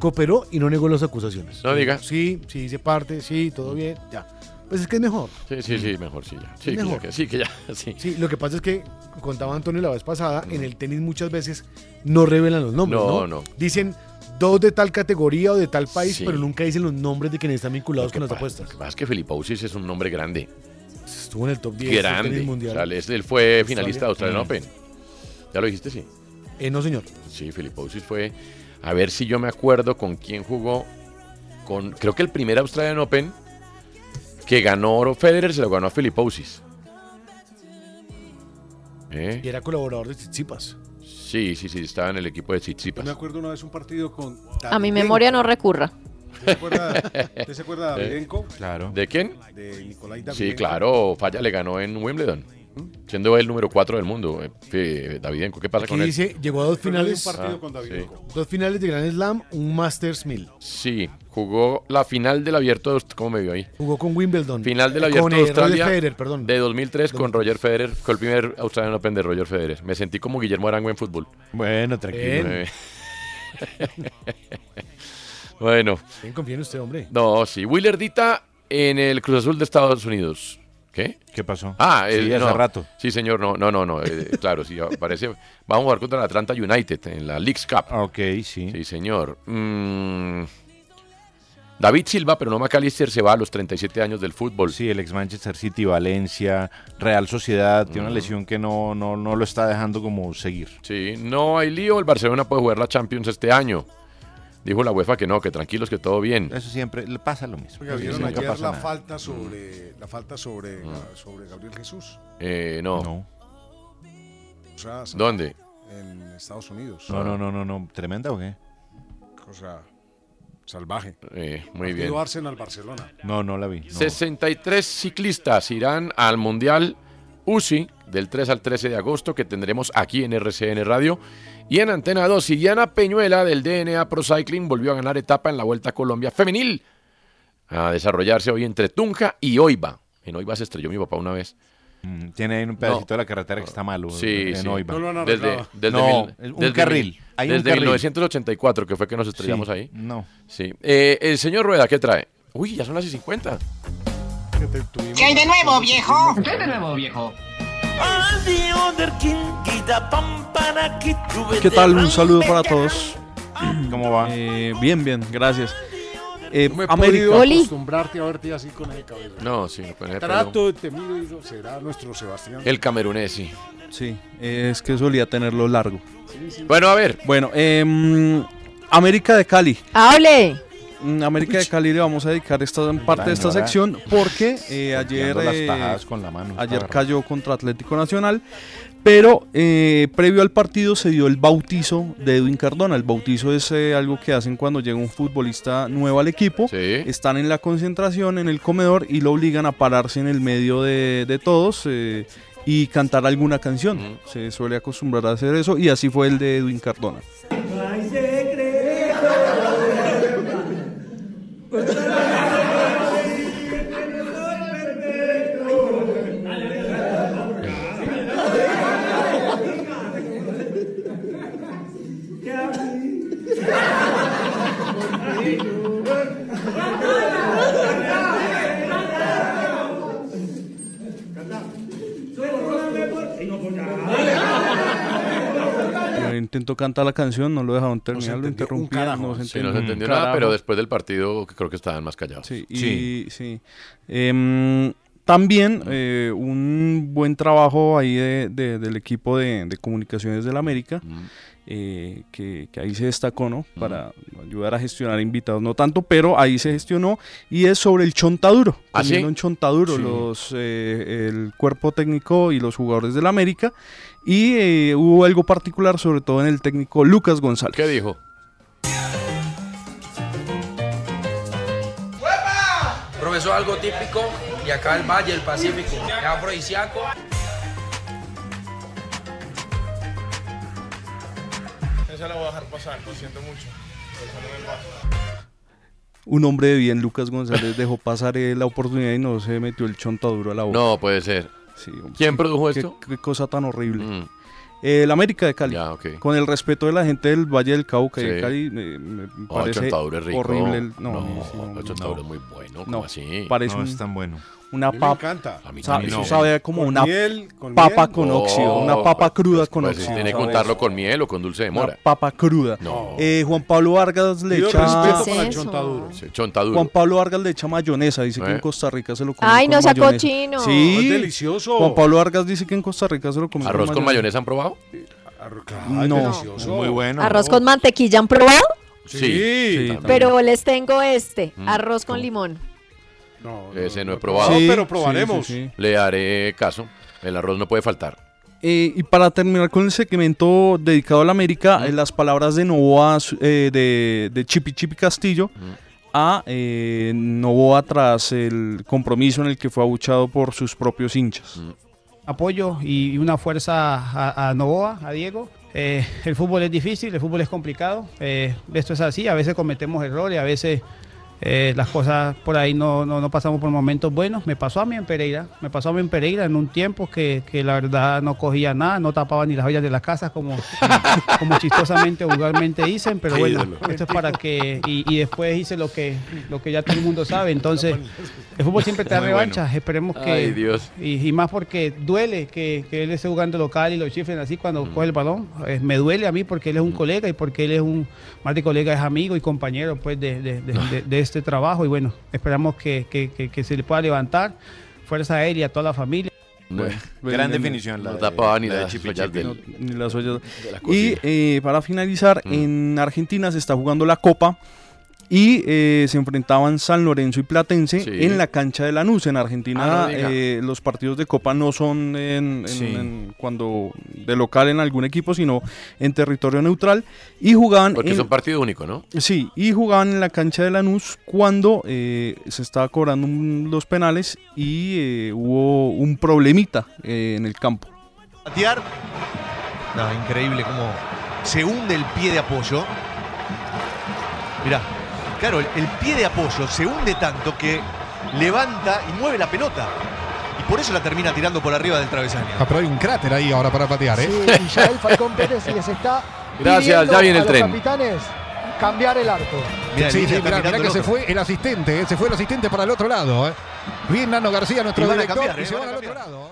cooperó y no negó las acusaciones.
No diga.
Sí, sí, hice parte, sí, todo bien, ya. Pues es que es mejor.
Sí, sí, sí, mejor sí ya. Sí,
Es
que,
mejor.
que- sí, que ya. Sí.
Sí, lo que pasa es que, contaba Antonio la vez pasada, en el tenis muchas veces no revelan los nombres.
No,
No,
no.
Dicen dos de tal categoría o de tal país,
Sí.
pero nunca dicen los nombres de quienes están vinculados con las
Lo
apuestas.
que pasa es que Felipe Ausis es un nombre grande.
Estuvo en el top 10 del
grande.
tenis mundial.
O sea, es- él fue finalista de
Australia.
Australian Open. ¿Ya lo dijiste? Sí.
Eh, no, señor.
Sí, Felipe Ausis fue. A ver si yo me acuerdo con quién jugó. Con, creo que el primer Australian Open que ganó Oro Federer se lo ganó a Felipe Ausis. ¿Eh?
Y era colaborador de Tsitsipas.
Sí, sí, sí, estaba en el equipo de
Yo me
Tsitsipas.
acuerdo una vez un partido con.
A mi memoria no recurra.
¿Usted se acuerda, usted se acuerda de Davidenko?
Claro. ¿De quién?
De Nicolai
Sí,
Davidenko. ¿Mm?
claro, Falla le ganó en Wimbledon, siendo el número 4 del mundo. Eh, eh, Davidenko, ¿qué pasa
Aquí
con él?
dice, llegó a dos finales.
Ah, sí.
Dos finales de Grand Slam, un Masters 1000.
Sí, jugó la final del abierto de Aust- ¿cómo me vio ahí?
Jugó con Wimbledon.
Final del
Eh,
abierto
con,
de
eh, Roger
Australia
Federer, perdón.
de 2003 con Roger Federer, fue el primer Australian Open de Roger Federer. Me sentí como Guillermo Arango en fútbol.
Bueno, tranquilo.
Eh. bueno.
Bien, confía en usted, hombre.
No, sí. Willerdita en el Cruz Azul de Estados Unidos. ¿Qué?
¿Qué pasó?
Ah,
Sí,
eh,
hace
no.
rato.
Sí, señor, no, no, no, no. eh, claro, sí, parece. Vamos a jugar contra el Atlanta United en la League's Cup.
Ah, Ok, sí.
Sí, señor. Mm, David Silva, pero no McAllister, se va a los 37 años del fútbol.
Sí, el ex Manchester City, Valencia, Real Sociedad, tiene una
Ujú.
lesión que no, no, no lo está dejando como seguir.
Sí, no hay lío. El Barcelona puede jugar la Champions este año. Dijo la UEFA que no, que tranquilos, que todo bien.
Eso siempre le pasa lo mismo.
Oiga, ¿vieron
Sí, nunca
ayer
pasa
la
nada.
falta, sobre,
Mm.
la falta sobre, sobre Gabriel Jesús?
Eh, no.
O sea,
¿Dónde?
En Estados Unidos.
No, no, no, no, no. ¿Tremenda o qué?
Cosa salvaje.
Eh, muy
Partido
bien.
Arsenal-Barcelona.
No, no la vi. no.
63 ciclistas irán al Mundial UCI del 3 al 13 de agosto que tendremos aquí en RCN Radio y en Antena 2. Y Diana Peñuela del DNA Pro Cycling volvió a ganar etapa en la Vuelta a Colombia Femenil a desarrollarse hoy entre Tunja y Oiba. En Oiba se estrelló mi papá una vez.
Mm, Tiene ahí un pedacito de la carretera que está malo.
Sí,
en
sí.
Oiva.
Desde, desde
no,
mil-
es un
desde
carril.
mil-
Hay
desde
un carril.
1984 que fue que nos estrellamos
Sí,
ahí.
no.
Sí. Eh, el señor Rueda, ¿qué trae? Uy, ya son las y 50.
¿Qué hay de nuevo, viejo? ¿Qué hay de nuevo,
viejo?
¿Qué tal? Un saludo para todos. Eh,
¿Cómo va?
bien, bien, gracias. Eh,
No me he
América.
podido acostumbrarte a verte así con el cabello.
No, sí, con el pelo.
Trato, te miro y digo, será nuestro Sebastián.
El camerunés, sí.
Sí, eh, es que solía tenerlo largo.
Bueno, a ver.
Bueno, em, América de Cali.
¡Hable!
Mm, América de Cali le vamos a dedicar esta parte de esta
Nora.
sección porque eh, ayer,
Golpeando las
eh,
tajadas con la mano,
ayer
está
cayó contra Atlético Nacional, pero eh, previo al partido se dio el bautizo de Edwin Cardona. El bautizo es eh, algo que hacen cuando llega un futbolista nuevo al equipo. Están en la concentración, en el comedor y lo obligan a pararse en el medio de, de todos. eh, y cantar alguna canción. Se suele acostumbrar a hacer eso y así fue el de Edwin Cardona.
No hay secreto. Porque no hay secreto, que no soy perfecto. Que a mí-
Yo Eh, intentó cantar la canción, no lo dejaron terminar, lo interrumpieron. no se
Sí, no
entendió
se
un
entendió nada,
carajo.
pero después del partido creo que estaban más callados.
Mm, Sí, y, sí. Em, también eh, un buen trabajo ahí de- de- del equipo de, de comunicaciones del América, eh, que, que ahí se destacó, ¿no? Para ayudar a gestionar invitados, no tanto, pero ahí se gestionó y es sobre el Chontaduro.
¿Ah, sí?
Comieron Chontaduro,
Sí.
los, eh, el cuerpo técnico y los jugadores del América. Y eh, hubo algo particular, sobre todo en el técnico Lucas González.
¿Qué dijo?
Profesor, algo típico y acá el Valle, el Pacífico, es afrodisíaco.
Esa la voy a dejar pasar, lo siento mucho. pero esa no me pasa.
Un hombre de bien, Lucas González, dejó pasar eh, la oportunidad y no se metió el chontaduro a la boca.
No, puede ser.
Sí, hombre,
¿Quién
qué-
produjo
qué-
esto? Mm.
Qué, cosa tan horrible. Eh, el América de Cali. Con el respeto de la gente del Valle del Cauca y de Cali, me, eh, me parece
Oh, Chontaduro Ah, es rico.
horrible. el-
No,
no, a mí sí,
el Chontaduro es muy bueno, ¿cómo
No,
así?
Parece
No
un-
es tan bueno.
Una
A mí me
papa.
encanta. A mí
sabe-
también
eso
no.
sabe como
Con
una
miel, con
papa
miel.
con óxido,
No,
una papa cruda con
Pues,
óxido.
tiene que
sabe
untarlo
eso.
con miel o con dulce de
Una
mora.
papa cruda.
No.
Eh, Juan Pablo Vargas le
Pido
echa.
respeto para el chontaduro. Sí, chontaduro.
Juan Pablo Vargas le echa mayonesa, dice que
Eh.
en Costa Rica se lo comen
Ay,
con
no sea
mayonesa.
cochino.
Sí.
Es delicioso.
Juan Pablo Vargas dice que en Costa Rica se lo comen
¿Arroz con mayonesa han probado?
No.
delicioso. Muy bueno.
Arroz con mantequilla, ¿han probado?
Sí. sí, también.
Pero les tengo este,
Mm.
arroz con limón.
Ese no he probado.
Sí, pero probaremos. sí, sí, sí.
Le haré caso. El arroz no puede faltar.
Eh, y para terminar con el segmento dedicado a la América, eh, las palabras de Novoa, su- eh, de, de Chipi Chipi Castillo, a eh, Novoa tras el compromiso en el que fue abuchado por sus propios hinchas.
apoyo y una fuerza a, a Novoa, a Diego. Eh, el fútbol es difícil, el fútbol es complicado, eh, esto es así, a veces cometemos errores, a veces eh, las cosas por ahí no, no, no pasamos por momentos buenos. Me pasó a mí en Pereira, me pasó a mí en Pereira en un tiempo que, que la verdad no cogía nada, no tapaba ni las ollas de las casas como, como chistosamente o vulgarmente dicen, pero
Ay,
bueno,
ídolo.
esto es para que... Y, y después hice lo que, lo que ya todo el mundo sabe, entonces el fútbol siempre te da
Muy bueno.
revancha, esperemos que...
Ay, Dios.
Y, y más porque duele que, que él esté jugando local y lo chiflen así cuando coge el balón. Eh, me duele a mí porque él es un colega y porque él es un, más de colega, es amigo y compañero pues de, de- de- de- de este trabajo. Y bueno, esperamos que, que- que- que se le pueda levantar. Fuerza a él y a toda la familia.
gran definición, la
No
de-
tapaba ni
la de
las
Chipi
ollas
Chipi.
del-
No, ni las ollas.
de la
y
cocina.
eh, para finalizar, en Argentina se está jugando la Copa y eh, se enfrentaban San Lorenzo y Platense en la cancha de Lanús. En Argentina
Ah, no diga.
eh, los partidos de Copa no son en- en-
Sí.
en- cuando de local en algún equipo, sino en territorio neutral. Y jugaban
Porque
en-
es un partido único, ¿no?
Sí, y jugaban en la cancha de Lanús cuando eh, se estaba cobrando un- los penales y eh, hubo un problemita eh, en el campo.
patear. No, increíble cómo se hunde el pie de apoyo. Mirá, claro, el, el pie de apoyo se hunde tanto que levanta y mueve la pelota. Y por eso la termina tirando por arriba del travesaño. Ah, pero hay un cráter ahí ahora para patear, ¿eh?
Sí, y Yael Falcón Pérez les está
Gracias,
pidiendo
ya viene
a
el
los
tren.
capitanes cambiar el arco.
Mirá, sí, Lidia sí, está mirá, mirando mirá el que se otro. fue el asistente, ¿eh? se fue el asistente para el otro lado. ¿eh? Bien Nano García, nuestro Y van a director, cambiar, y ¿eh? se Van van a al otro lado.